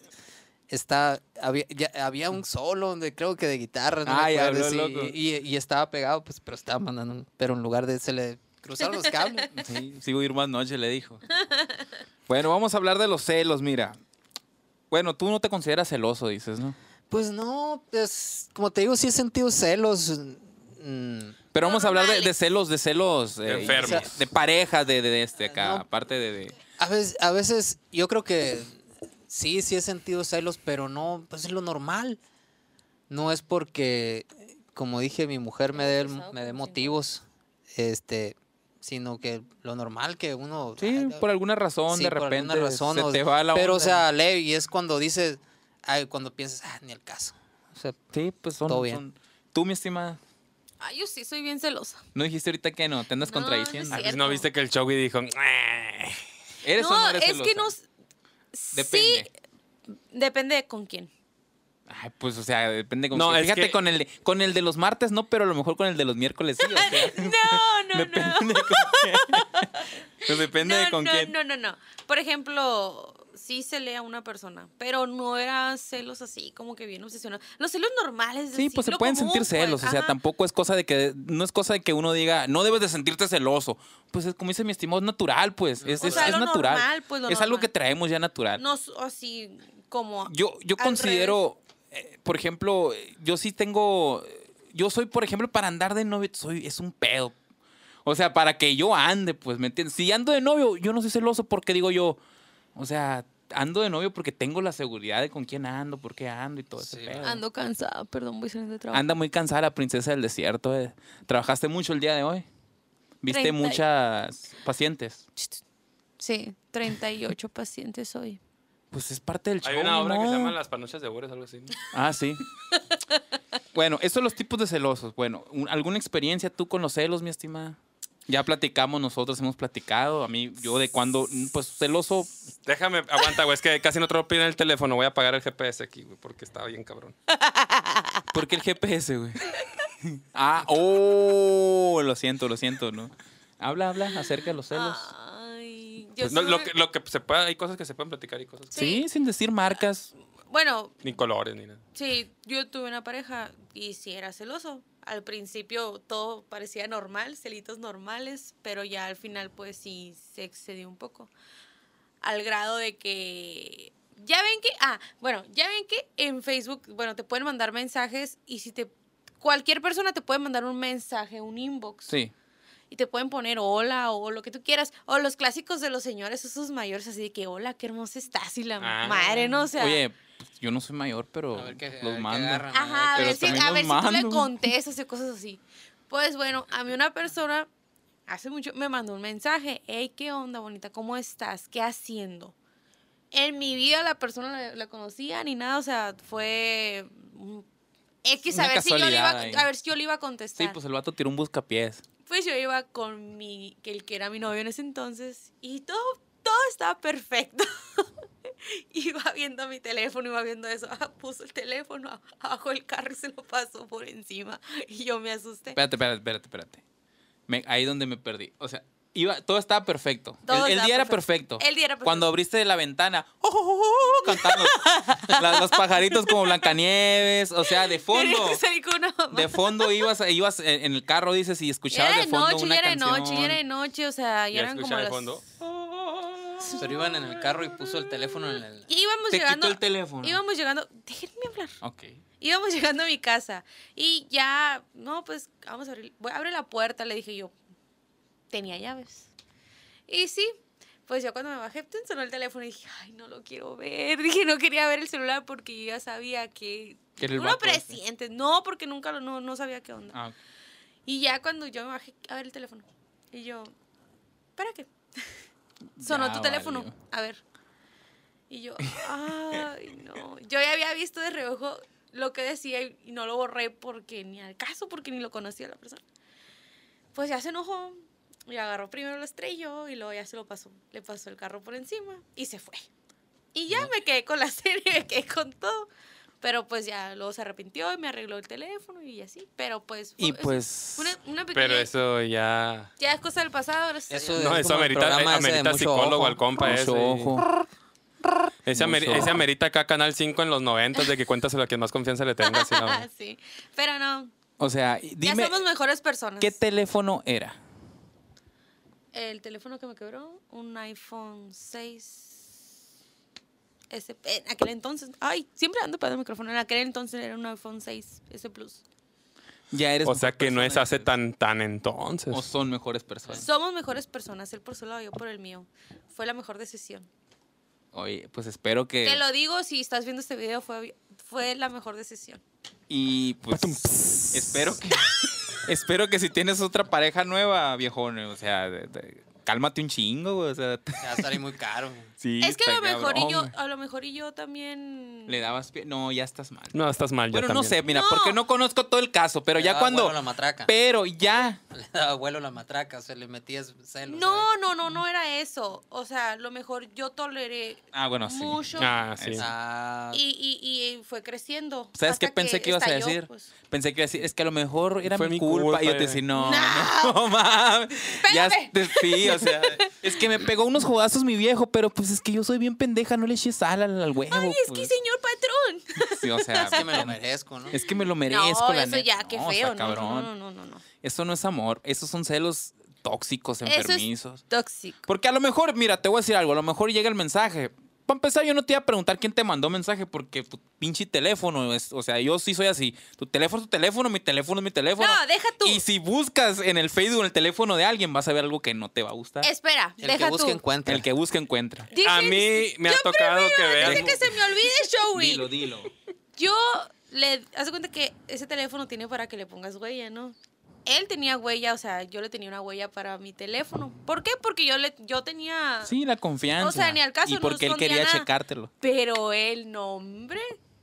está, había, ya- había un solo donde creo que de guitarra. No me
Ah, ya
acuerdo,
habló
sí,
loco.
Y, y estaba pegado, pues, pero estaba mandando. un- Pero en lugar de se le cruzaron los cables.
Sí, sigo ir más noche, le dijo. Bueno, vamos a hablar de los celos, mira. Bueno, tú no te consideras celoso, dices, ¿no?
Pues no, pues como te digo, sí he sentido celos. mm,
Pero vamos a hablar de, de celos, de celos. eh,
Enfermos.
y- De parejas, de, de, de este acá.
No.
Aparte de, de-
A veces, a veces yo creo que sí, sí he sentido celos, pero no, pues es lo normal. No es porque, como dije, mi mujer me dé, me dé motivos, este, sino que lo normal que uno...
Sí,
ah,
por alguna razón,
sí,
de
por alguna
repente.
razón,
se
o-
te va la
Pero, o
onda.
sea, leve, y es cuando dices, ay, cuando piensas, ah, ni el caso. O sea,
Sí, pues son.
todo bien.
son- Tú, mi estimada,
Ay, yo sí soy bien celosa.
no dijiste ahorita que no, te andas
No, no es
contradiciendo.
cierto.
Pues, ¿No viste que el Chogui dijo? "Eh"?
¿Eres o
no,
eres
es que
celosa?
no.
Depende.
Sí, depende de con quién.
Ay, pues, o sea, depende con
No,
quién.
es
Fíjate,
que-
con, el, con el de los martes no, pero a lo mejor con el de los miércoles sí. o sea,
No, no, no.
depende de con quién. Pues depende de
No,
con
no,
quién.
no, no, no. Por ejemplo, sí celé a una persona, pero no era celos así, como que bien obsesionados. Los celos normales.
Sí, pues se
lo
pueden
común,
sentir celos,
pues,
o sea,
ajá.
tampoco es cosa de que, no es cosa de que uno diga, no debes de sentirte celoso. Pues es como dice mi estimado, es natural, pues, es,
O
es-
sea,
es
lo
natural.
normal, pues, lo
es algo
normal.
que traemos ya natural.
No s- así como.
yo yo
al
considero, eh, por ejemplo, eh, yo sí tengo, yo soy, por ejemplo, para andar de novio, soy, es un pedo. O sea, para que yo ande, pues, ¿me entiendes? Si ando de novio, yo no soy celoso porque digo yo, o sea, ando de novio porque tengo la seguridad de con quién ando, por qué ando y todo ese
Sí.
pedo.
Ando cansada, perdón, voy saliendo de trabajo.
Anda muy cansada la princesa del desierto. eh. Trabajaste mucho el día de hoy. Viste
Treinta y-
muchas pacientes.
Sí, 38 pacientes hoy.
Pues es parte del show.
Hay una
ni
obra que se
modo.
llama Las panochas de Ures, algo así. ¿no?
Ah, sí. bueno, esos son los tipos de celosos. Bueno, un- ¿alguna experiencia tú con los celos, mi estimada? Ya platicamos nosotros, hemos platicado. A mí, yo de cuando, mm, pues celoso.
Déjame, aguanta, güey. Es que casi no te en el teléfono. Voy a apagar el GPS aquí, güey, porque estaba bien cabrón.
¿Por qué el GPS, güey? ah, oh, lo siento, lo siento, ¿no? Habla, habla acerca de los celos.
Ah, Ay, yo
Pues, no,
soy-
lo, que, lo que se pueda, hay cosas que se pueden platicar y cosas que-
sí. sin decir marcas.
Bueno,
ni colores ni nada.
sí, yo tuve una pareja y sí era celoso. Al principio todo parecía normal, celitos normales, pero ya al final pues sí se excedió un poco. Al grado de que... Ya ven que... Ah, bueno, ya ven que en Facebook, bueno, te pueden mandar mensajes y si te... Cualquier persona te puede mandar un mensaje, un inbox.
Sí.
y te pueden poner hola o lo que tú quieras. O los clásicos de los señores, esos mayores, así de que hola, qué hermosa estás y la
Ah.
madre, ¿no? O sea,
Oye, pues, yo no soy mayor, pero los mando.
ajá, a
pero
ver, si,
también
a
los
ver si tú le
mando.
contestas y cosas así. Pues bueno, a mí una persona hace mucho me mandó un mensaje. Hey, ¿qué onda, bonita? ¿Cómo estás? ¿Qué haciendo? En mi vida la persona la, la conocía ni nada, o sea, fue mm, X
Una
a ver, si yo le iba,
casualidad ahí.
a ver si yo le iba a contestar.
Sí, pues el vato tiró un buscapiés.
Pues yo iba con mi, que el que era mi novio en ese entonces, y todo, todo estaba perfecto. iba viendo mi teléfono, iba viendo eso. Ah, puso el teléfono ab- abajo del carro y se lo pasó por encima. Y yo me asusté.
Espérate, espérate, espérate, espérate. Me- ahí donde me perdí. O sea, iba, todo estaba perfecto. el
Todo
el
estaba
día era
perfecto.
perfecto.
El día era perfecto.
Cuando abriste la ventana, ¡oh, oh, oh, oh! cantaban los, la- los pajaritos como Blancanieves. O sea, de fondo.
Tenía que salir con una mamá.
De fondo ibas, ibas en en el carro, dices, y
Ya
escuchabas
era
de
de
fondo
noche,
una
ya era de
canción.
noche, ya era de noche, o sea, ya
Ya
eran como
escuchaba de
las...
fondo.
pero iban en el carro y puso el teléfono en el...
Y íbamos
Te
llegando...
quitó el teléfono.
Íbamos llegando... Déjenme hablar.
Ok.
íbamos llegando a mi casa y ya, no, pues vamos a abrir, voy, abre la puerta, le dije yo, tenía llaves. Y sí, pues yo cuando me bajé, ¡tun! sonó el teléfono y dije, ay, no lo quiero ver, dije, no quería ver el celular porque yo ya sabía que...
Que era el
Uno
vato este.
presiente, no, porque nunca lo, no, no sabía qué onda.
Ah, ok.
Y ya cuando yo me bajé a ver el teléfono, y yo, ¿para qué? Sonó
Ya
tu teléfono,
valió.
a ver. Y yo, ay, no. Yo ya había visto de reojo lo que decía y y no lo borré porque ni al caso, porque ni lo conocía la persona. Pues ya se enojó y agarró primero lo estrelló y luego ya se lo pasó. Le pasó el carro por encima y se fue. Y ya me quedé con la serie, me quedé con todo. Pero pues ya luego se arrepintió y me arregló el teléfono y así. Pero pues. fue-
Y
es-
pues.
una, una pequeña.
Pero eso ya.
Ya es cosa del pasado, gracias a
Eso
Dios.
Es
No, eso
como el
amerita,
programa
eh,
ese de
amerita
mucho
psicólogo
ojo.
al compa ese.
Mucho ojo.
Ese, ameri-
Mucho
ese
ojo.
amerita acá Canal 5 en los 90 de que cuéntaselo a quien más confianza le tenga. así, la verdad.
Ah, sí. Pero no,
O sea, y
ya
dime,
somos mejores personas.
¿qué teléfono era?
El teléfono que me quebró, un iPhone 6 S, en aquel entonces. Ay, siempre ando para el micrófono. En aquel entonces era un iPhone 6 S Plus.
Ya eres
O sea que no es
persona,
hace tan, tan entonces.
O son mejores personas.
Somos mejores personas, él por su lado, yo por el mío. Fue la mejor decisión.
Oye, pues espero que.
Te lo digo, si estás viendo este video, fue, fue la mejor decisión.
Y pues. Espero que. espero que si tienes otra pareja nueva, viejón. O sea, de- de- cálmate un chingo, güey, O sea,
Te va a salir muy caro.
sí,
es que a lo,
está
mejor y
cabrón,
yo,
güey.
a lo mejor y yo también...
Le dabas pie. No, ya estás mal.
No, estás mal. yo
Pero no
también.
sé, mira,
No.
porque no conozco todo el caso, pero
Le
ya
daba
cuando.
vuelo a la matraca.
Pero ya.
Le daba vuelo a la matraca, se le metías celos. ¿eh?
¿eh?
No, no, no, no era eso. O sea, a lo mejor yo toleré
Ah, bueno, sí.
mucho
Ah, sí.
¿sabes? Ah,
y, y- y fue creciendo.
¿Sabes qué
hasta
pensé que ibas a
estalló,
decir?
pues.
Pensé que iba a decir, es que a lo mejor era
Fue
mi
mi
culpa.
culpa,
Y yo te
eh.
decía, no, no, mames. Ya
Espérame.
te sí, o sea, es que me pegó unos jodazos mi viejo, pero pues es que yo soy bien pendeja, no le eché sal al, al huevo.
Ay, es que
pues.
señor patrón.
Sí, o sea,
es que me lo merezco, ¿no?
es que me lo
No,
merezco, la
eso
neta.
ya, qué
No, está
feo. no, no,
cabrón.
no, no, no, no.
Eso no es amor, esos son celos tóxicos,
Eso
enfermizos.
es tóxico.
Porque a lo mejor, mira, te voy a decir algo, a lo mejor llega el mensaje. Para empezar, yo no te iba a preguntar quién te mandó mensaje porque tu pinche teléfono es, o sea, yo sí soy así. Tu teléfono es tu teléfono, mi teléfono es mi teléfono.
No, deja tú.
Y si buscas en el Facebook en el teléfono de alguien, vas a ver algo que no te va a gustar.
Espera,
El que
deja
busca
tú.
encuentra.
El que busca encuentra.
Dije-
A mí me ha
yo
tocado que
primero, antes de
veas.
que se me olvide,
Dilo,
Joey.
dilo.
Yo le hace cuenta que ese teléfono tiene para que le pongas huella, ¿no? Él tenía huella, o sea, yo le tenía una huella para mi teléfono. ¿Por qué? Porque yo le yo tenía
Sí, la confianza.
Ah. O sea, ni al caso,
Y
no
porque él
escondía
quería
nada.
checártelo.
Pero el nombre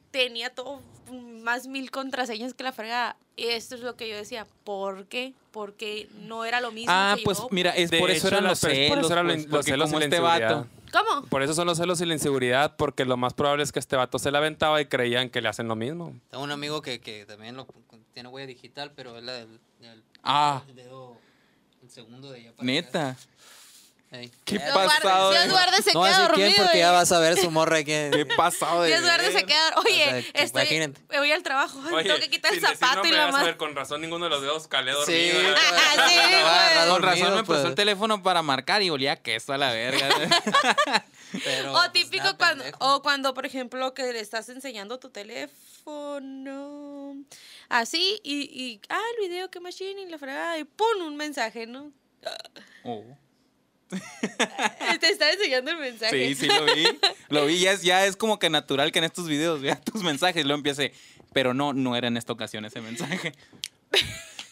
tenía todo más mil contraseñas que la fregada. Esto es lo que yo decía. ¿Por qué? Porque no era lo mismo.
Ah,
que
pues
yo.
mira, es
De
por
hecho,
eso eran
la
los
pers- por
celos.
eso eran
pues,
los
porque
celos y
como
la
este vato.
inseguridad.
¿Cómo?
Por eso son los celos y la inseguridad, porque lo más probable es que este vato se la aventaba y creían que le hacen lo mismo.
Tengo un amigo que, que también lo, tiene huella digital, pero es la del, del-
Ah,
del dedo, el segundo de allá para acá.
neta.
Ey.
Qué
Eh,
pasado.
Dios guarde se
no voy a
queda
decir
dormido.
quién porque ya
y-
vas a ver su morra que
Qué pasado de.
Dios guarde se
ver.
queda
O sea,
Oye,
que
estoy-
imagínate.
me voy al trabajo.
Oye,
tengo que quitar el
sin decir
zapato y
nombre,
la
vas a
mano.
ver, con razón ninguno de los dedos calé
Sí,
dormido.
güey.
Ah, Sí,
Lo va a agarrar
Con razón
dormido,
me prestó el
pues.
teléfono para marcar y olía queso a la verga.
Pero,
O
pues,
típico
nada,
cuando,
pendejo.
o cuando, por ejemplo, que le estás enseñando tu teléfono. Así, y, y ah, el video que machine y la fregada, y pum, un mensaje, ¿no?
Oh.
Te está enseñando el mensaje.
Sí, sí, lo vi. Lo vi, ya es, ya es como que natural que en estos videos veas tus mensajes y luego empiece. Pero no, no era en esta ocasión ese mensaje.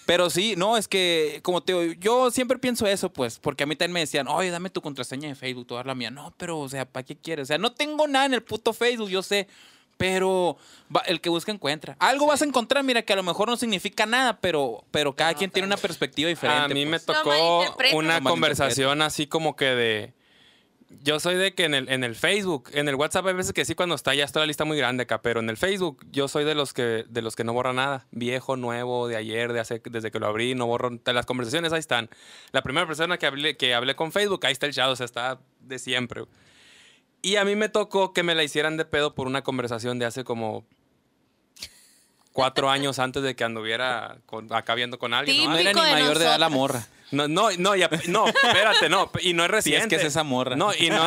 Pero sí, no, es que, como te digo, yo siempre pienso eso, pues, porque a mí también me decían, oye, dame tu contraseña de Facebook, tú dar la mía. No, pero, o sea, ¿para qué quieres? O sea, no tengo nada en el puto Facebook, yo sé, pero va- el que busca encuentra. Algo vas a encontrar, mira, que a lo mejor no significa nada, pero, pero cada quien tiene una perspectiva diferente.
A mí me
pues.
No
tocó
malinterpretes.
una
No
conversación así como que de. Yo soy de que en el, en el Facebook, en el WhatsApp hay veces que sí cuando está ya está la lista muy grande acá, pero en el Facebook yo soy de los que de los que no borra nada, viejo, nuevo, de ayer, de hace desde que lo abrí, no borro te- las conversaciones ahí están. La primera persona que hablé que hablé con Facebook, ahí está el chat, o sea, está de siempre. Y a mí me tocó que me la hicieran de pedo por una conversación de hace como cuatro años antes de que anduviera con- acá viendo con alguien. ¿no?
No era ni
Típico de
mayor de edad la
nosotras.
morra.
No, no, no, y ap- no, espérate, no, y no es
Si
reciente.
es que es esa morra.
No, y no.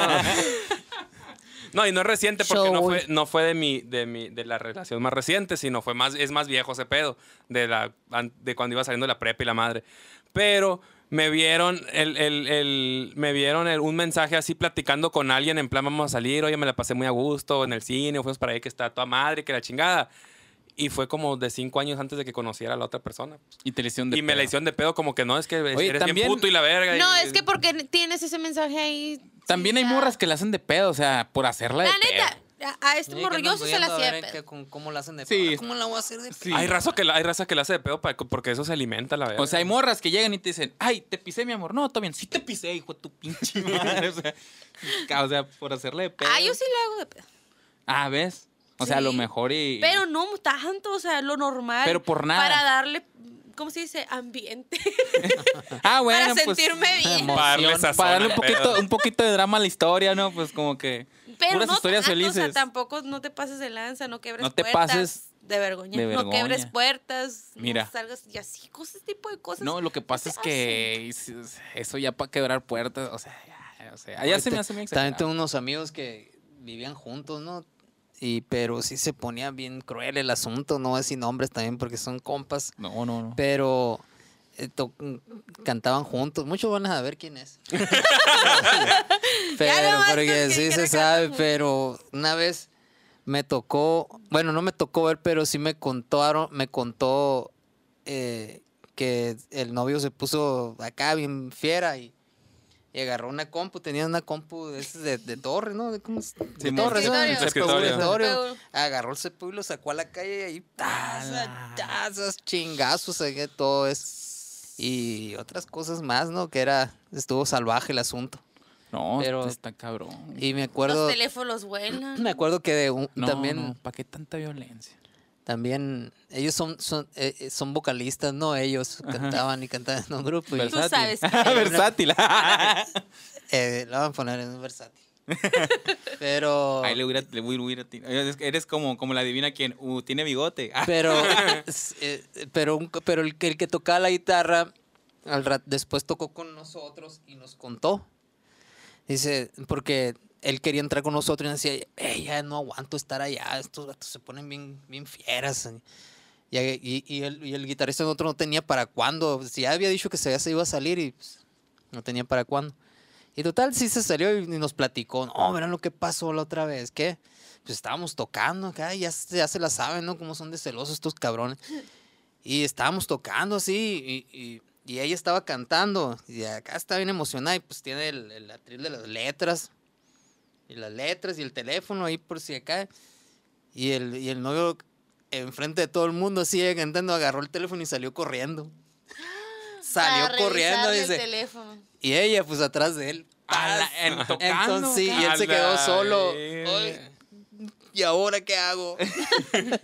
No, y no es reciente porque no
Show.
fue, no fue de mi, de mi, de la relación más reciente, sino fue más, es más viejo ese pedo, de la, an- de cuando iba saliendo la prepa y la madre. Pero me vieron el, el- el- me vieron el- un mensaje así platicando con alguien, en plan vamos a salir, oye, me la pasé muy a gusto en el cine, fuimos para ahí que está toda madre, que la chingada. Y fue como de cinco años antes de que conociera a la otra persona.
Y te le hicieron de
Y me la
pedo.
hicieron de pedo como que no, es que
Oye,
eres
también-
bien puto y la verga.
No,
y-
es que porque tienes ese mensaje ahí.
También hay
sí, ya.
morras que la hacen de pedo, o sea, por hacerla de
La
pedo.
neta, a- a este
Sí, que
morro
andan
yo sí se la
viendo a
hacía. de
ver
pedo.
qué- cómo- ¿Cómo la hacen de
Sí.
pedo? ¿Cómo la voy a hacer de
Sí.
pedo?
Hay raza que la, hay raza que la hace de pedo pa- porque eso se alimenta la verga.
O sea, hay morras que llegan y te dicen, ay, te pisé, mi amor. No, está bien, sí te pisé, hijo de tu pinche madre. O sea, ca- o sea, por hacerla de pedo.
Ah, yo sí la hago de pedo.
Ah, ¿ves? O sea, a lo
Sí.
mejor y...
Pero no tanto, o sea, lo normal.
Pero por nada.
Para darle, ¿cómo se dice? Ambiente.
ah, bueno,
para
pues,
sentirme bien.
mo-
para darle,
emoción,
sazón
Para darle un
al pedo.
poquito, un poquito de drama a la historia, ¿no? Pues como que...
Pero
puras
no
historias
tanto, o
felices.
sea, tampoco no te pases de lanza, no quebres
No te
puertas.
pases
de vergüenza,
de
no quebres
vergüenza.
puertas,
Mira.
no salgas y así, cosas, ese tipo de cosas.
No, lo que pasa es
se
que eso ya para quebrar puertas, o sea, ya, o sea, ya se me hace muy
También tengo
ah. exagerado.
unos amigos que vivían juntos, ¿no? Y pero sí se ponía bien cruel el asunto, no es sin nombres también porque son compas,
No, no, no.
pero eh, to- cantaban juntos. Muchos van a saber quién es. pero
nomás
porque
porque
sí
quiere
se
cantar
sabe,
juntos.
pero una vez me tocó, bueno, no me tocó ver, pero sí me contaron, me contó eh, que el novio se puso acá bien fiera y, y agarró una compu, tenía una compu de, esas de, de torre, ¿no? De, ¿cómo es? De
Sí,
torre,
de
¿no?
escritorio.
CPU,
Escritorio.
CPU.
Agarró el CPU y lo sacó a la calle y ahí, tazas, tazas, chingazos, ahí todo es Y otras cosas más, ¿no? Que era, estuvo salvaje el asunto.
No,
Pero-
está cabrón.
Y me
Los
acuerdo,
teléfonos vuelan.
me acuerdo que de un-
No,
también...
¿Para qué tanta violencia?
También ellos son, son, eh, eh, son vocalistas, ¿no? Ellos cantaban y cantaban en un grupo. Y,
Tú sabes.
Ah, Versátil.
eh, lo van a poner en un versátil. Pero,
Ahí le hubiera, le hubiera, hubiera ti- Eres- Eres como, como la divina quien uh, tiene bigote. Ah,
pero, s- eh, pero, un- pero el, que- el que tocaba la guitarra al ra- después tocó con nosotros y nos contó. Dice, porque él quería entrar con nosotros y decía, "Ey, ya no aguanto estar allá, estos gatos se ponen bien, bien fieras. Y, y- y el, y el guitarrista nosotros no tenía para cuándo. Si ya había dicho que se, se iba a salir y pues, no tenía para cuándo. Y total, sí se salió y, y nos platicó. No, verán lo que pasó la otra vez. ¿Qué? Pues estábamos tocando acá y ya, se- ya se la saben, ¿no? Cómo son de celosos estos cabrones. Y estábamos tocando así y, y- y ella estaba cantando. Y acá está bien emocionada y pues tiene el, el atril de las letras. Y las letras y el teléfono ahí por si acá. Y el, y el novio enfrente de todo el mundo así ella cantando agarró el teléfono y salió corriendo. Salió
Para
corriendo,
revisarle el
dice.
teléfono.
Y ella, pues atrás de él.
a la- en- tocando,
Entonces, sí, y él se
A la
quedó solo.
verga.
Ay, ¿Y ahora qué hago?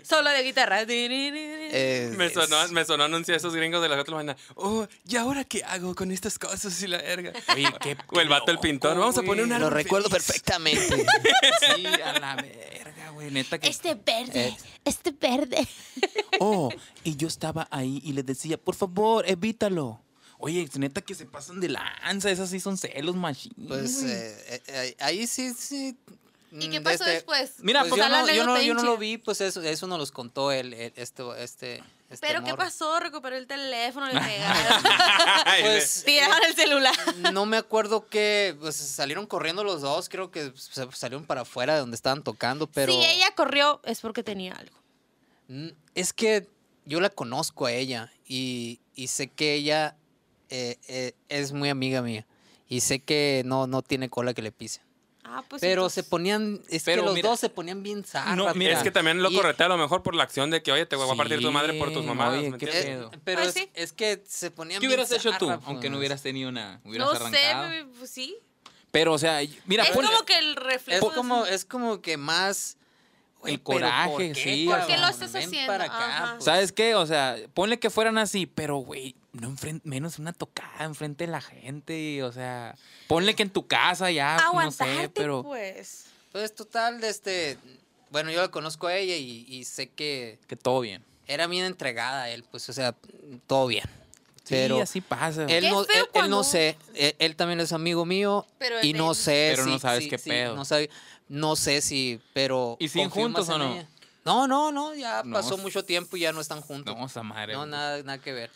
Solo de guitarra.
Este
Eh,
Me sonó,
es-
me sonó anuncio de esos gringos de la otra mañana. Oh, ¿y ahora qué hago con estas cosas y la verga?
Oye, qué
O el vato el pintor. Vamos a poner una.
Lo recuerdo perfectamente.
Sí, a la verga, güey. Neta que.
Este verde,
Eh.
este verde.
Oh, y yo estaba ahí y les decía, por favor, evítalo. Oye, neta que se pasan de lanza. Esas sí son celos, machín.
Pues eh, eh, ahí sí, sí.
¿Y
mm,
qué
de
pasó
este-
después?
Mira,
Pues
pues,
yo,
a la
no, yo, no,
anécdota
yo no lo
hincha.
vi, pues eso, eso nos los contó él, él, este, este, este
¿Pero qué
morro.
pasó? Recuperó el teléfono, le pegaron.
Pues,
Tiraron el celular.
no me acuerdo que pues, salieron corriendo los dos, creo que se- salieron para afuera de donde estaban tocando, pero...
Si ella corrió, es porque tenía algo.
Mm, Es que yo la conozco a ella y, y sé que ella eh, eh, es muy amiga mía y sé que no, no tiene cola que le pise.
Ah, pues.
pero
entonces-
se ponían, es
Pero
que los
mira-
dos se ponían bien zarra.
No, mira,
Es que también lo
Y-
corretea a lo mejor por la acción de que, oye, te voy a partir tu madre por tus
Sí,
mamadas.
oye,
¿me
qué
entiendes?
pedo.
pero
Pues
es,
sí.
es que se ponían
¿Qué
bien
hubieras hecho tú?
zarra,
Aunque no
pues.
hubieras tenido nada. Hubieras
No
arrancado.
sé, pues sí.
Pero, o sea, y- mira,
es
ponle-
como que el reflejo.
Es
de
como,
su-
es como que más... güey,
El
pero ¿por
coraje,
qué,
sí,
cabrón?
¿Por qué lo
estás
Ven
haciendo?
para acá,
Ajá.
pues.
¿Sabes qué? O sea, ponle que fueran así, pero, güey, no enfren- menos una tocada enfrente de la gente. y, o sea, ponle que en tu casa ya, ah, no
Aguantarte,
sé, pero...
pues.
Pues total, este... Bueno, yo la conozco a ella y- y sé que...
Que todo bien.
era bien entregada a él, pues, o sea, todo bien.
sí,
Pero
así pasa. güey.
él
Qué
no,
feo
él, él
cuando-
no sé, él, él también es amigo mío
Pero
y
él-
no sé
Pero
si-
no sabes
si-
qué
si-
pedo.
No, sabe- no sé si, pero...
¿Y siguen
¿confirmas
juntos o
en
no?
ella? No, no, no, ya
No,
pasó
s-
mucho tiempo y ya no están juntos.
No, esa madre.
No,
güey.
nada, nada que ver.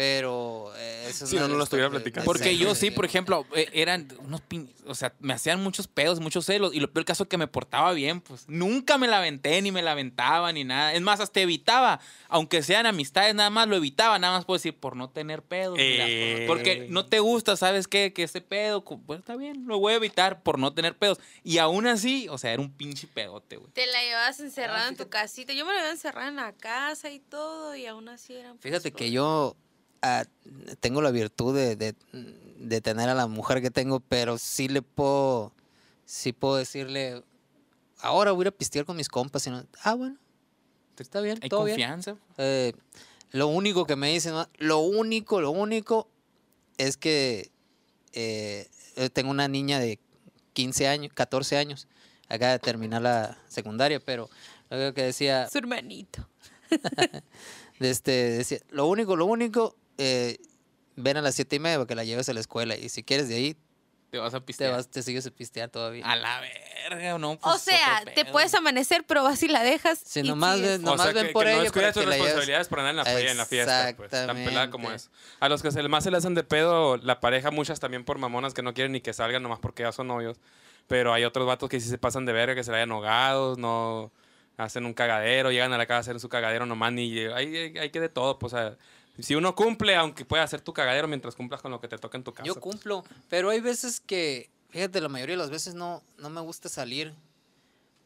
Pero eh, eso es
Si no,
una
no
de
lo
las
estuviera
cosas-
platicando.
Porque yo sí,
Exacto.
por ejemplo, eh, eran unos pin... O sea, me hacían muchos pedos, muchos celos. Y lo peor caso es que me portaba bien, pues. Nunca me la aventé, ni me la aventaba, ni nada. Es más, hasta evitaba. Aunque sean amistades, nada más lo evitaba. Nada más por decir, por no tener pedos. mira,
Eh.
porque no te gusta, ¿sabes qué? Que ese pedo, cu- pues está bien, lo voy a evitar por no tener pedos. Y aún así, o sea, era un pinche pedote, güey.
Te la llevabas encerrada
Ah,
en tu
fíjate.
casita. Yo me la llevaba encerrada en la casa y todo, y aún así eran. pues,
Fíjate que yo ah, tengo la virtud de, de- de tener a la mujer que tengo, pero sí le puedo, sí puedo decirle, ahora voy a ir a pistear con mis compas. Y no, ah, bueno, está bien,
Hay
todo bien.
confianza.
Eh, lo único que me dicen, ¿no? lo único, lo único es que eh, eh, tengo una niña de 15 años, 14 años, acaba de terminar la secundaria, pero lo que decía,
Su hermanito.
de Este, decía, lo único, lo único, eh, ven a las siete y media para que la lleves a la escuela. Y si quieres de ahí,
Te vas a
Te,
pistear. Ah,
vas, te sigues a pistear todavía.
A la verga, no.
O
pues,
sea,
otro
te
pedo.
puedes amanecer, pero vas y la dejas.
Si
y
nomás
sigues.
ves- Nomás
o sea,
ven
que,
por
que
ella
no descuida
porque
sus
la llevas-
responsabilidades por andar en la, playa, en la fiesta. Pues, tan pelada como es.
Exactamente.
A los que se, más se les hacen de pedo la pareja, muchas también por mamonas que no quieren ni que salgan nomás porque ya son novios. Pero hay otros vatos que sí se pasan de verga, que se la hayan ahogados, no hacen un cagadero, llegan a la casa a hacer su cagadero nomás ni... Hay, hay, hay que de todo, pues, o sea, si uno cumple, aunque pueda hacer tu cagadero mientras cumplas con lo que te toca en tu casa.
Yo cumplo, pero hay veces que, fíjate, la mayoría de las veces no, no me gusta salir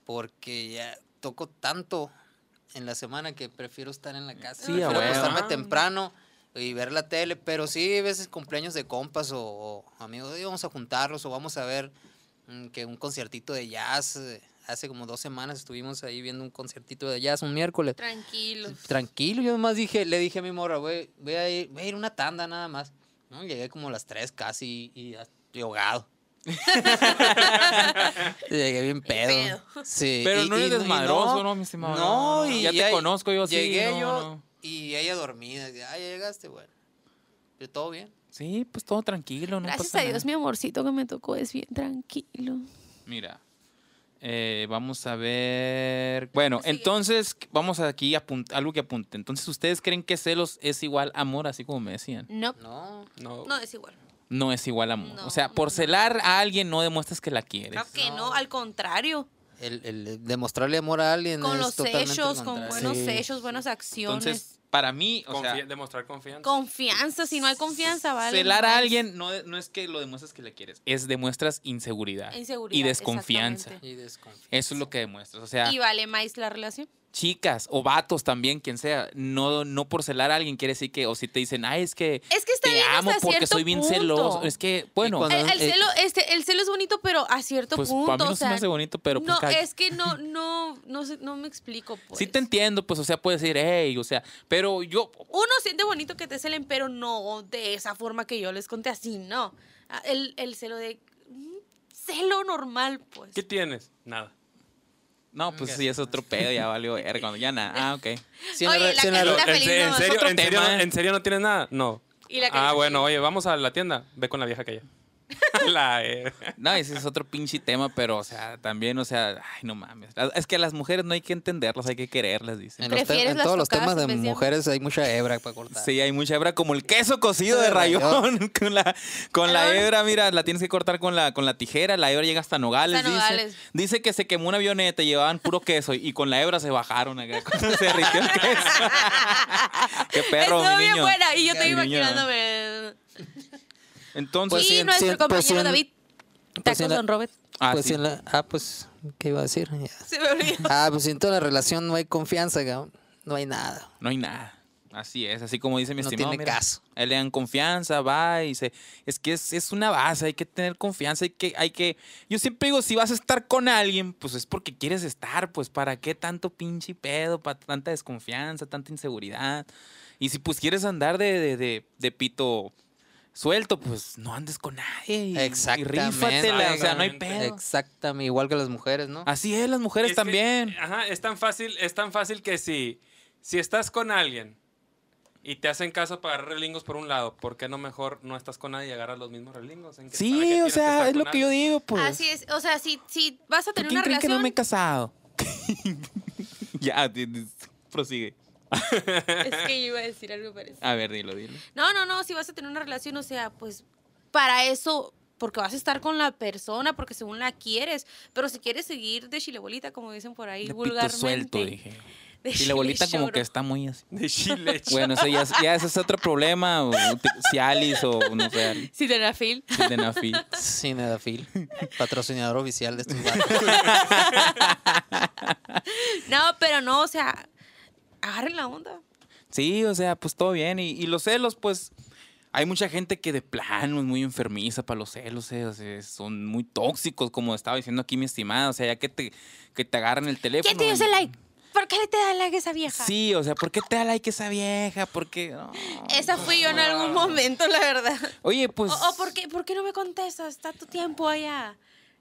porque ya toco tanto en la semana que prefiero estar en la casa.
Sí,
prefiero
a huevo.
acostarme temprano y ver la tele, pero sí, hay veces cumpleaños de compas o, o amigos, "Oye, vamos a juntarlos o vamos a ver mm, que un conciertito de jazz. eh, Hace como dos semanas estuvimos ahí viendo un conciertito de jazz un miércoles.
Tranquilo.
Tranquilo, yo nomás dije, le dije a mi morra, güey, voy a ir, voy a ir una tanda nada más. No, llegué como a las 3 casi y ya estoy ahogado. llegué bien pedo.
pedo.
Sí.
Pero
y-
no
y-
eres
y
desmadroso, no, mi estimado. No,
No,
no,
y
ya te conozco yo así,
Llegué
no,
yo
no.
y ella dormida. y, Ah, ya llegaste, bueno. Pero todo bien.
Sí, pues todo tranquilo, no
Gracias
pasa
a Dios,
nada.
mi amorcito que me tocó es bien tranquilo.
Mira. eh, vamos a ver. Bueno,
Sigue.
entonces vamos aquí a apunt- algo que apunte. Entonces, ¿ustedes creen que celos es igual amor, así como me decían?
No,
No.
No,
no es igual.
No es igual amor.
No,
o sea, por
no.
celar a alguien no demuestras que la quieres.
Claro que no, al contrario.
El, el demostrarle amor a alguien
Con
es
los
totalmente
hechos, con
lo contrario.
buenos
Sí.
hechos, buenas acciones.
Entonces, para mí, o sea,
confía- demostrar confianza.
confianza, si no hay confianza, vale.
celar a
más.
alguien no, no es que lo demuestras que la quieres, es demuestras inseguridad,
Inseguridad,
y desconfianza.
exactamente.
Y desconfianza.
Eso es lo que demuestras. O sea,
Y vale más la relación.
chicas o vatos también, quien sea, no, no por celar a alguien quiere decir que, o si te dicen, ay, es que
Es que está
te
bien
amo
hasta
porque
cierto
soy bien
punto.
celoso. Es que, bueno,
cuando-
El, el
Eh,
celo, este, el celo es bonito, pero a cierto
pues
punto.
para mí no
o
se me
sea,
hace bonito, pero pues
no,
cada-
es que no, no, no, sé, no me explico. Pues.
sí te entiendo, pues, o sea, puedes decir, hey, o sea, pero yo,
Uno siente bonito que te celen, pero no de esa forma que yo les conté así, no. Ah, El, el celo de. mm, Celo normal, pues.
¿Qué tienes? Nada.
Mm,
no, pues sí, es otro pedo, ya valió verga, cuando ya nada, ah, ok.
Si en la
Oye,
re-
la
si en la re-
carita-
¿En,
feliz
se-
no
en
es
serio,
otro
¿en, serio,
tema.
¿En serio no tienes nada? No.
Y la carita
ah, bueno,
feliz.
oye, vamos a la tienda. Ve con la vieja que allá. la eh.
No, ese es otro pinche tema, pero, o sea, también, o sea, ay, no mames. La- Es que a las mujeres no hay que entenderlas, hay que quererlas, dicen.
En, los te-
¿Prefieres
en
las
todos los
tocadas
temas de
en vez de amor?
mujeres hay mucha hebra para cortar.
Sí, hay mucha hebra, como el queso cocido de rayón. con la, con la
Perdón.
hebra, mira, la tienes que cortar con la, con la tijera. La hebra llega hasta Nogales,
Hasta
dice.
Nogales.
Dice que se quemó una avioneta y llevaban puro queso. Y con la hebra se bajaron acá. cuando se derritió el queso. Qué perro,
Estuvo
mi
bien
niño.
buena. Y yo te
Mi niño.
imaginándome.
Entonces,
y
sí,
nuestro
sí, pues,
compañero
sí,
David.
pues, sí,
Tacos
la-
Don Robert.
ah,
pues
sí.
en la- ah, pues, ¿qué iba a decir? Ya.
Se me olvidó.
Ah, pues en toda la relación no hay confianza, cabrón. No hay nada.
No hay nada. Así es, así como dice mi
No
estimado.
tiene caso.
a él le dan confianza, va y se. Es que es, es una base, hay que tener confianza, hay que, hay que. Yo siempre digo, si vas a estar con alguien, pues es porque quieres estar, pues para qué tanto pinche pedo, para tanta desconfianza, tanta inseguridad. Y si pues quieres andar de, de, de- de pito suelto, pues no andes con nadie. y-
Exactamente.
Y rífatela, Ah. o sea, no hay
Exactamente.
pedo.
Exactamente, igual que las mujeres, ¿no?
Así es, las mujeres
Es que-
también.
ajá, es tan fácil, es tan fácil que si, si estás con alguien y te hacen caso para agarrar relingos por un lado, ¿por qué no mejor no estás con nadie y agarras los mismos relingos? ¿En qué- para qué
sí, o
tienes
sea,
estar
es lo
con
que yo
alguien?
digo, pues.
Así es. O sea, si, si vas a
¿Por
tener
quién
una
creen que
relación.
no me he casado? ya, di- di- prosigue.
Es que yo iba a decir algo parecido.
A ver, dilo, dilo.
No, no, no, si vas a tener una relación, o sea, pues para eso, porque vas a estar con la persona, porque según la quieres, pero si quieres seguir de chilebolita, como dicen por ahí
De pito
vulgarmente.
suelto, dije.
de
Y la abuelita como
chilechoro.
que está muy así.
De Chile.
Bueno, eso ya, es- ya ese es otro problema. o te- Cialis o no sé,
Sí, de la fil.
sildenafil.
Cinedafil, patrocinador oficial de este estos vatos.
No, pero no, o sea, agarren la onda.
Sí, o sea, pues todo bien. Y, y los celos, pues... Hay mucha gente que de plano es muy enfermiza para los celos, eh, o sea, son muy tóxicos, como estaba diciendo aquí mi estimada. O sea, ya que te, que te agarran el teléfono.
¿Quién te dio
y-
ese like? ¿Por qué le te da like a esa vieja?
pues, Sí, o sea, ¿por qué te da like esa vieja? ¿Por qué? No.
Esa fui yo en algún momento, la verdad.
Oye,
O,
Ah. pues.
o ¿por, qué, ¿por qué no me contestas? Está tu tiempo allá.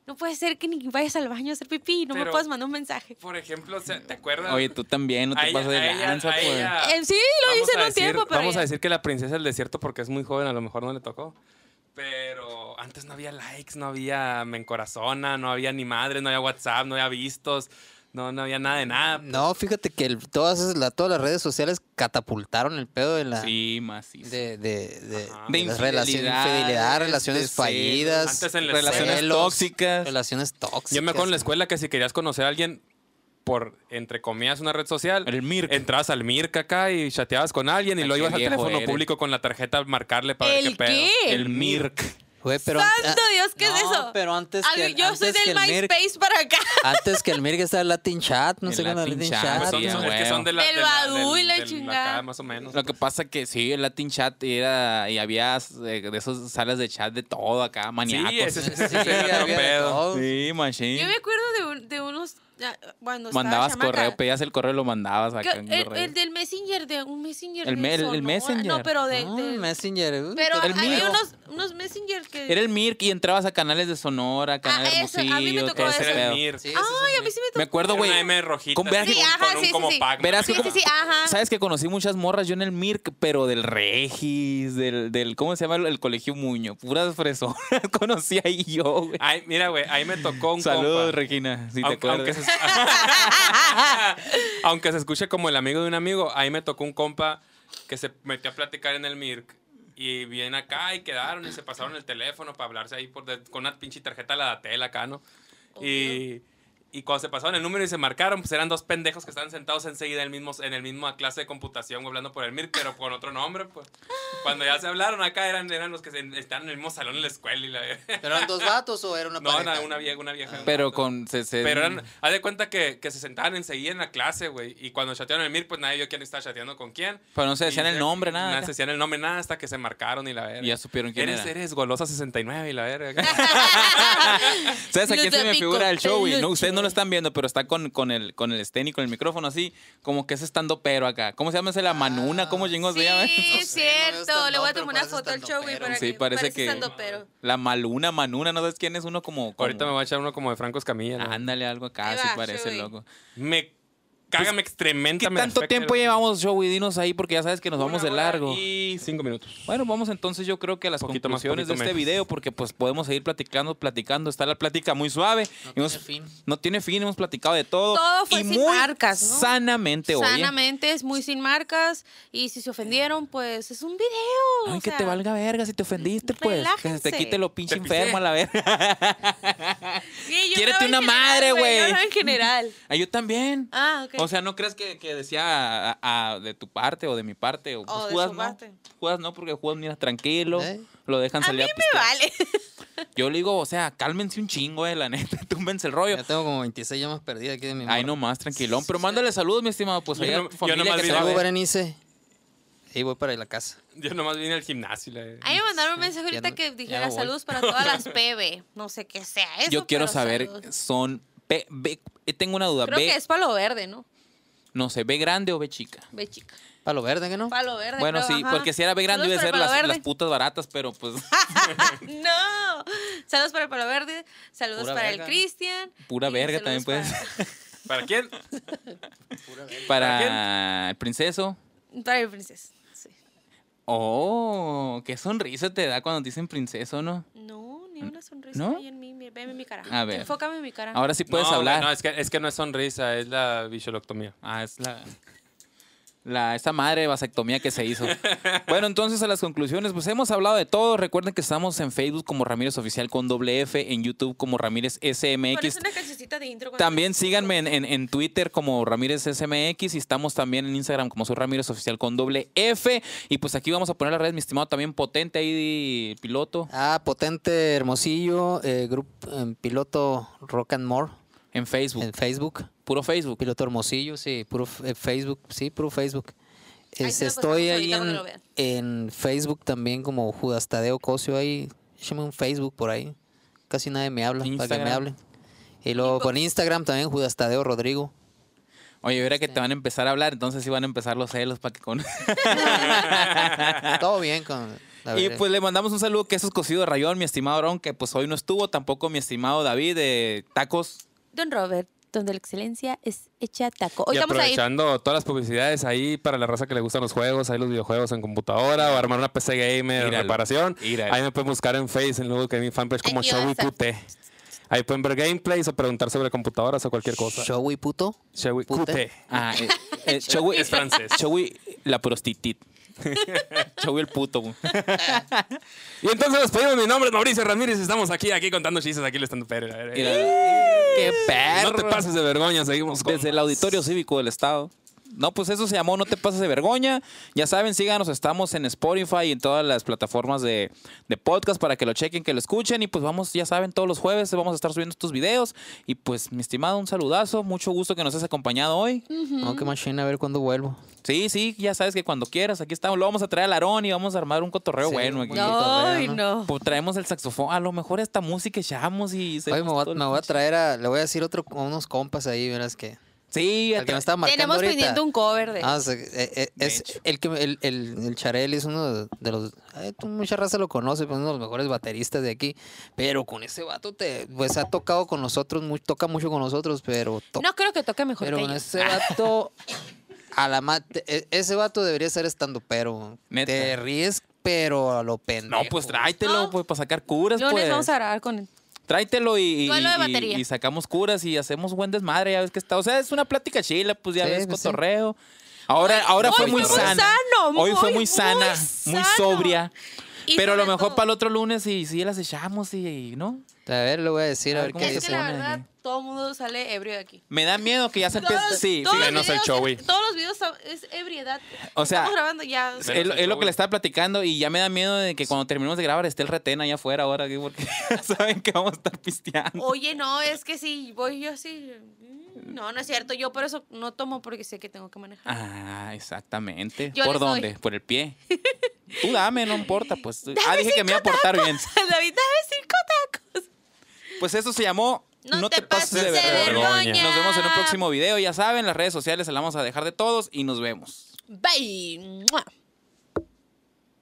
No puede ser que ni vayas al baño a hacer pipí y no me
Pero-
puedas mandar un mensaje.
Por ejemplo, o sea, ¿te acuerdas?
Oye, tú también, no
A
te
ella-
pases de
a ella-
lanza,
a
pues.
ella-
Eh, sí, lo
Vamos
hice en
a
un
decir-
tiempo, pero.
Vamos
ya.
a decir que la princesa del desierto, porque es muy joven, a lo mejor no le tocó. Pero antes no había likes, no había me encorazona, no había ni madres, no había WhatsApp, no había vistos, no, no había nada de nada.
No, fíjate que el- todas, esas- la- todas las redes sociales catapultaron el pedo de la...
Sí, macizo.
De, de, de,
Ajá.
De
las relaciones,
infidelidades,
infidelidad,
de
relaciones
celos.
fallidas,
Antes en el
Relaciones
celos,
tóxicas.
relaciones tóxicas.
Yo me acuerdo en la escuela que si querías conocer a alguien por, entre comillas, una red social,
El Mirk.
entrabas al Mirk acá y chateabas con alguien y
Ah,
lo
qué
ibas al
viejo
teléfono
eres.
público con la tarjeta a marcarle para ver
¿El
qué pedo.
qué?
El Mirk.
Güey, pero,
¡Santo
ah,
Dios! ¿Qué es
no,
eso?
pero antes
Algo-
que,
yo soy
antes que
del
el Mirk-
MySpace para acá.
Antes que el Mirk está el Latin Chat, no
El
sé cómo
Latin
Latin
Chat,
Chat.
Pues son,
sí,
¿no?
son- es que
huevo.
son de la,
Del
de la- del-
Badoo y la
del-
chingada.
acá, más o menos.
Lo que pasa que sí, el Latin chat era y había eh, de esas salas de chat de todo acá, maníacos.
Sí, ese- ese-
Sí,
ese era otro
había de
pedo.
todo.
Sí,
Yo
machine.
me acuerdo de, un- de unos... ya, Cuando estaba
Mandabas
chamaca,
correo, pedías el correo y lo mandabas
que
acá. en
el,
correo.
el del Messenger, de un Messenger.
El
de
me- el- el
Sonora. No,
Messenger.
pero de...
Ah,
de-
Messenger. uh,
pero
el
había
mío.
unos, unos Messenger que...
Era el Mirk y entrabas a canales de Sonora, canal
Ah, eso, a mí me
Hermosillo,
tocó
todo
Ese
ese
era el
pedo.
Mirk.
Sí, ese es
Ay,
el
a mí sí me tocó.
Me acuerdo,
Era
güey.
una M rojita.
con verás
así,
que-
Sí,
con- con
ajá,
un
sí,
como
sí, sí.
Pac-Man.
Verás
Sí,
que
sí, sí, ajá.
sabes que conocí muchas morras yo en el Mirk, pero del Regis, del, del ¿cómo se llama? El, el colegio Muño. Puras fresonas conocí ahí yo, güey.
Ay, mira, güey, ahí me tocó un
Saludos,
compa.
Regina, si te
aunque,
acuerdas.
aunque se, aunque se escuche como el amigo de un amigo, ahí me tocó un compa que se metió a platicar en el Mirk. Y viene acá y quedaron y se pasaron el teléfono para hablarse ahí por de- con una pinche tarjeta la tela acá, ¿no? Y, y cuando se pasaron el número y se marcaron, pues eran dos pendejos que estaban sentados enseguida en el mismo, en el mismo clase de computación, güey, hablando por el Mirk, pero con otro nombre, pues. Cuando ya se hablaron acá eran, eran los que se- estaban en el mismo salón en la escuela y la...
¿Pero eran dos vatos o era una
No,
pareja?
era una vieja, una vieja.
Pero con se, se-
Pero eran, haz de cuenta que, que se sentaban enseguida en la clase, güey. Y cuando chatearon el MIR, pues nadie vio quién estaba chateando con quién.
pero no se
Y
decían el
ya-
nombre, nada.
No se decían el nombre, nada, hasta que se marcaron y la verga.
Y ya supieron quién
eres,
era.
Eres golosa 69 y la verga.
¿Sabes a
Los
quién se
de
me
pico,
figura el show? Y no,
peluche.
ustedes no lo están viendo, pero está con, con el con el stand y con el micrófono así, como que es estando pero acá. ¿Cómo se llama ese la manuna? ¿Cómo chingos se llama?
Sí,
No sé,
cierto.
no veo
Le voy a
stand-up,
tomar una
pero
foto al
parece
show, güey,
stand-upero.
para
Sí,
que
parece que-
stand-upero.
La maluna, manuna, no sabes quién es uno como. como-
Ahorita me voy a echar uno como de Franco Escamilla. la verga.
Ándale, algo acá,
Ahí
sí
va,
parece
Joey.
loco.
Me caga, me extrementa.
Pues, ¿Qué
me
tanto
afecta,
tiempo
la-
llevamos, Joey? Dinos ahí porque ya sabes que nos
Una
vamos de
hora
largo.
Y cinco minutos.
Bueno, vamos entonces yo creo que a las
Poquito más,
conclusiones de
poquito
este
menos.
video porque pues podemos seguir platicando, platicando. Está la plática muy suave.
No
Hemos-
tiene fin.
No tiene fin, hemos platicado de todo.
Todo fue
y
sin
muy
marcas, ¿no?
Sanamente, ¿eh? oye.
Sanamente, es muy sin marcas. Y si se ofendieron, pues es un video.
Ay,
o
que
sea,
te valga verga si te ofendiste, pues. Que se
relájense.
te quite lo pinche
Te pisé.
enfermo a la verga.
Sí, yo
Quiérete
hablaba en
una
general,
madre,
Yo
güey.
hablaba en general.
Ay, yo también.
Ah, ok.
O sea, ¿no crees que, que decía a- a- de tu parte o de mi parte? O, pues,
de
Judas
su
no.
parte.
Judas no, porque Judas mira tranquilo.
¿Eh?
Lo dejan
a mí
salir a,
me
pistear.
vale.
Yo le digo, o sea, cálmense un chingo, eh, la neta. Túmbense el rollo.
Ya tengo como 26 llamas perdidas aquí de mi
Ay,
morra.
nomás, tranquilón. Pero mándale saludos, mi estimado. Pues
Yo
allá
no-
a tu
yo
familia
nomás
que
vi
te va a
Salud,
la-
ver.
Berenice. Y voy para la casa.
Yo nomás vine al gimnasio. la verga.
A mí me mandaron un mensaje
ya
ahorita
no-
que
ya
dijera
no voy.
saludos para todas las PB. No sé qué sea eso.
Yo quiero
pero
saber,
saludos.
son. B, B- eh, tengo una duda.
Creo
B,
que es palo verde, ¿no?
No sé, ¿B grande o B chica?
Ve chica.
Palo verde, ¿qué no?
Palo verde.
Bueno,
creo,
sí,
ajá.
porque si era B grande, iba a
Saludos
ser
para el
las,
Palo
las
Verde.
putas baratas, pero pues
No. Saludos para el Palo Verde. Saludos
Pura
para
verga.
el Cristian.
pura
y
verga también
saludos
puedes.
¿Para quién?
Para,
¿Para
el princeso.
para- Para el Princesa. Sí.
Oh, qué sonrisa te da cuando te dicen princeso, ¿no?
No, ni una sonrisa
¿No?
hay en mí. mi- Veme mi cara.
A ver.
Enfócame en mi cara.
Ahora sí puedes
No,
hablar.
No, es que, es que no es sonrisa, es la bicholoctomía.
Ah, es la. La, esa madre de vasectomía que se hizo. Bueno, entonces a las conclusiones, pues hemos hablado de todo. Recuerden que estamos en Facebook como Ramírez Oficial con doble F, en YouTube como Ramírez
Pones
SMX.
una cancioncita de intro. cuando-
También síganme en, en- en Twitter como Ramírez SMX y estamos también en Instagram como soy Ramírez Oficial con doble F. Y pues aquí vamos a poner las redes, mi estimado también potente ahí, piloto,
Ah, potente, hermosillo, eh, grupo, em, piloto Rock and More
en Facebook,
en Facebook.
puro Facebook.
Piloto Hermosillo, sí, puro f- eh, Facebook, sí, puro Facebook.
Ahí
Es-
se lo
estoy
ponemos
ahí
pues ahorita cuando
en,
lo vean.
en Facebook también como Judas Tadeo Cosio ahí. Échame un Facebook por ahí. Casi nadie me habla para que me
Instagram.
hablen. Y luego
pues
con Instagram también Judas Tadeo Rodrigo.
Oye, verá que te van a empezar a hablar, entonces sí van a empezar los celos para que con...
Todo bien con la
Ah. Y
verdad.
pues le mandamos un saludo que eso es cocido de rayón, mi estimado Aaron, que pues hoy no estuvo, tampoco mi estimado David de eh, Tacos.
Don Robert. donde la excelencia es hecha taco.
y
Hoy vamos a ir.
aprovechando todas las publicidades ahí para la raza que le gustan los juegos, ahí los videojuegos en computadora o armar una PC gamer
Míralo,
en reparación.
míralo.
Ahí me pueden buscar en Face, en luego que mi fanpage como
Aquí vas a-
Showy Cute. Ahí pueden ver gameplays o preguntar sobre computadoras o cualquier cosa.
Showy puto.
Showy
Cute.
Cute.
Ah, eh, eh, Chowi-
Es francés.
Chowi, la prostitit. Chowi el puto. güey.
Y entonces les pedimos mi nombre es Mauricio Ramírez. Estamos aquí, aquí contando chistes, aquí le están Pérez.
Mira, qué perro.
No te pases de vergüenza, seguimos con
Desde el Auditorio Cívico del Estado. No, pues eso se llamó No te pases de vergüenza. Ya saben, síganos, estamos en Spotify y en todas las plataformas de, de podcast para que lo chequen, que lo escuchen. Y pues vamos, ya saben, todos los jueves vamos a estar subiendo estos videos. Y pues, mi estimado, un saludazo. Mucho gusto que nos hayas acompañado hoy.
No, que machine, a ver cuándo vuelvo.
Sí, sí, ya sabes que cuando quieras, aquí estamos. Lo vamos a traer al Aarón y vamos a armar un cotorreo
Sí,
bueno aquí.
un bonito
Ay,
torneo,
no.
Pues traemos el saxofón. A lo mejor esta música echamos y...
Hoy me
hacemos
voy, a-
todo el
me voy a
pinche-
traer a. Le voy a decir otro, a unos compas ahí, verás que.
Sí,
Al que me
atra-
estaba marcando
Tenemos
ahorita.
pendiente un cover de.
Ah, o sea, eh, eh, es
hecho.
el que el, el, el Charel es uno de- de los eh, tú mucha raza lo conoce, pues uno de los mejores bateristas de aquí, pero con ese vato te pues ha tocado con nosotros, mu- toca mucho con nosotros, pero to-
no creo que toque mejor
pero
que
con
yo.
ese vato a la ma- te- e- ese vato debería ser estando pero
Neta.
te ríes pero a lo pendejo.
No, pues tráetelo,
No.
pues, para sacar curas,
Lunes
pues.
vamos a grabar con él.
Tráetelo y, y-
Duelo de
y-
batería.
y sacamos curas y hacemos buen desmadre, ya ves que está. O sea, es una plática chila, pues ya
Sí,
ves,
pues, sí.
cotorreo. Ahora, ahora
hoy
fue
fue
muy
muy
sana.
sano,
hoy fue
muy,
muy sana, muy,
muy
sobria.
Y
Pero a lo
sobre
mejor
todo-
para el otro lunes y sí las echamos y, y, ¿no?
A ver, le voy a decir
A
a,
ver
ver
cómo
qué
se
Es
se
que la
pone
verdad,
aquí.
todo el mundo sale ebrio de aquí.
Me da miedo que ya se empiece.
Todos-
Sí,
todos
sí.
los
menos el
videos-
Chowi.
Todos los videos son- es ebriedad.
O sea,
Estamos grabando ya.
Es,
Menos
es lo-
el
es lo que
Joey.
le estaba platicando y ya me da miedo de que cuando terminemos de grabar esté el retén allá afuera ahora, aquí, porque saben que vamos a estar pisteando.
Oye, no, es que sí, voy yo así. mm, No, no es cierto. Yo por eso no tomo porque sé que tengo que manejar.
Ah, exactamente.
Yo
¿Por
les doy.
dónde? Por el pie. Tú dame, no importa, pues. Ah,
Dame
dije que me iba a portar bien.
David, dame cinco tacos.
Pues eso se llamó
No, te, pases de
vergüenza.
vergüenza.
Nos vemos en un próximo video, ya saben, las redes sociales se las vamos a dejar de todos y nos vemos.
Bye. Mua.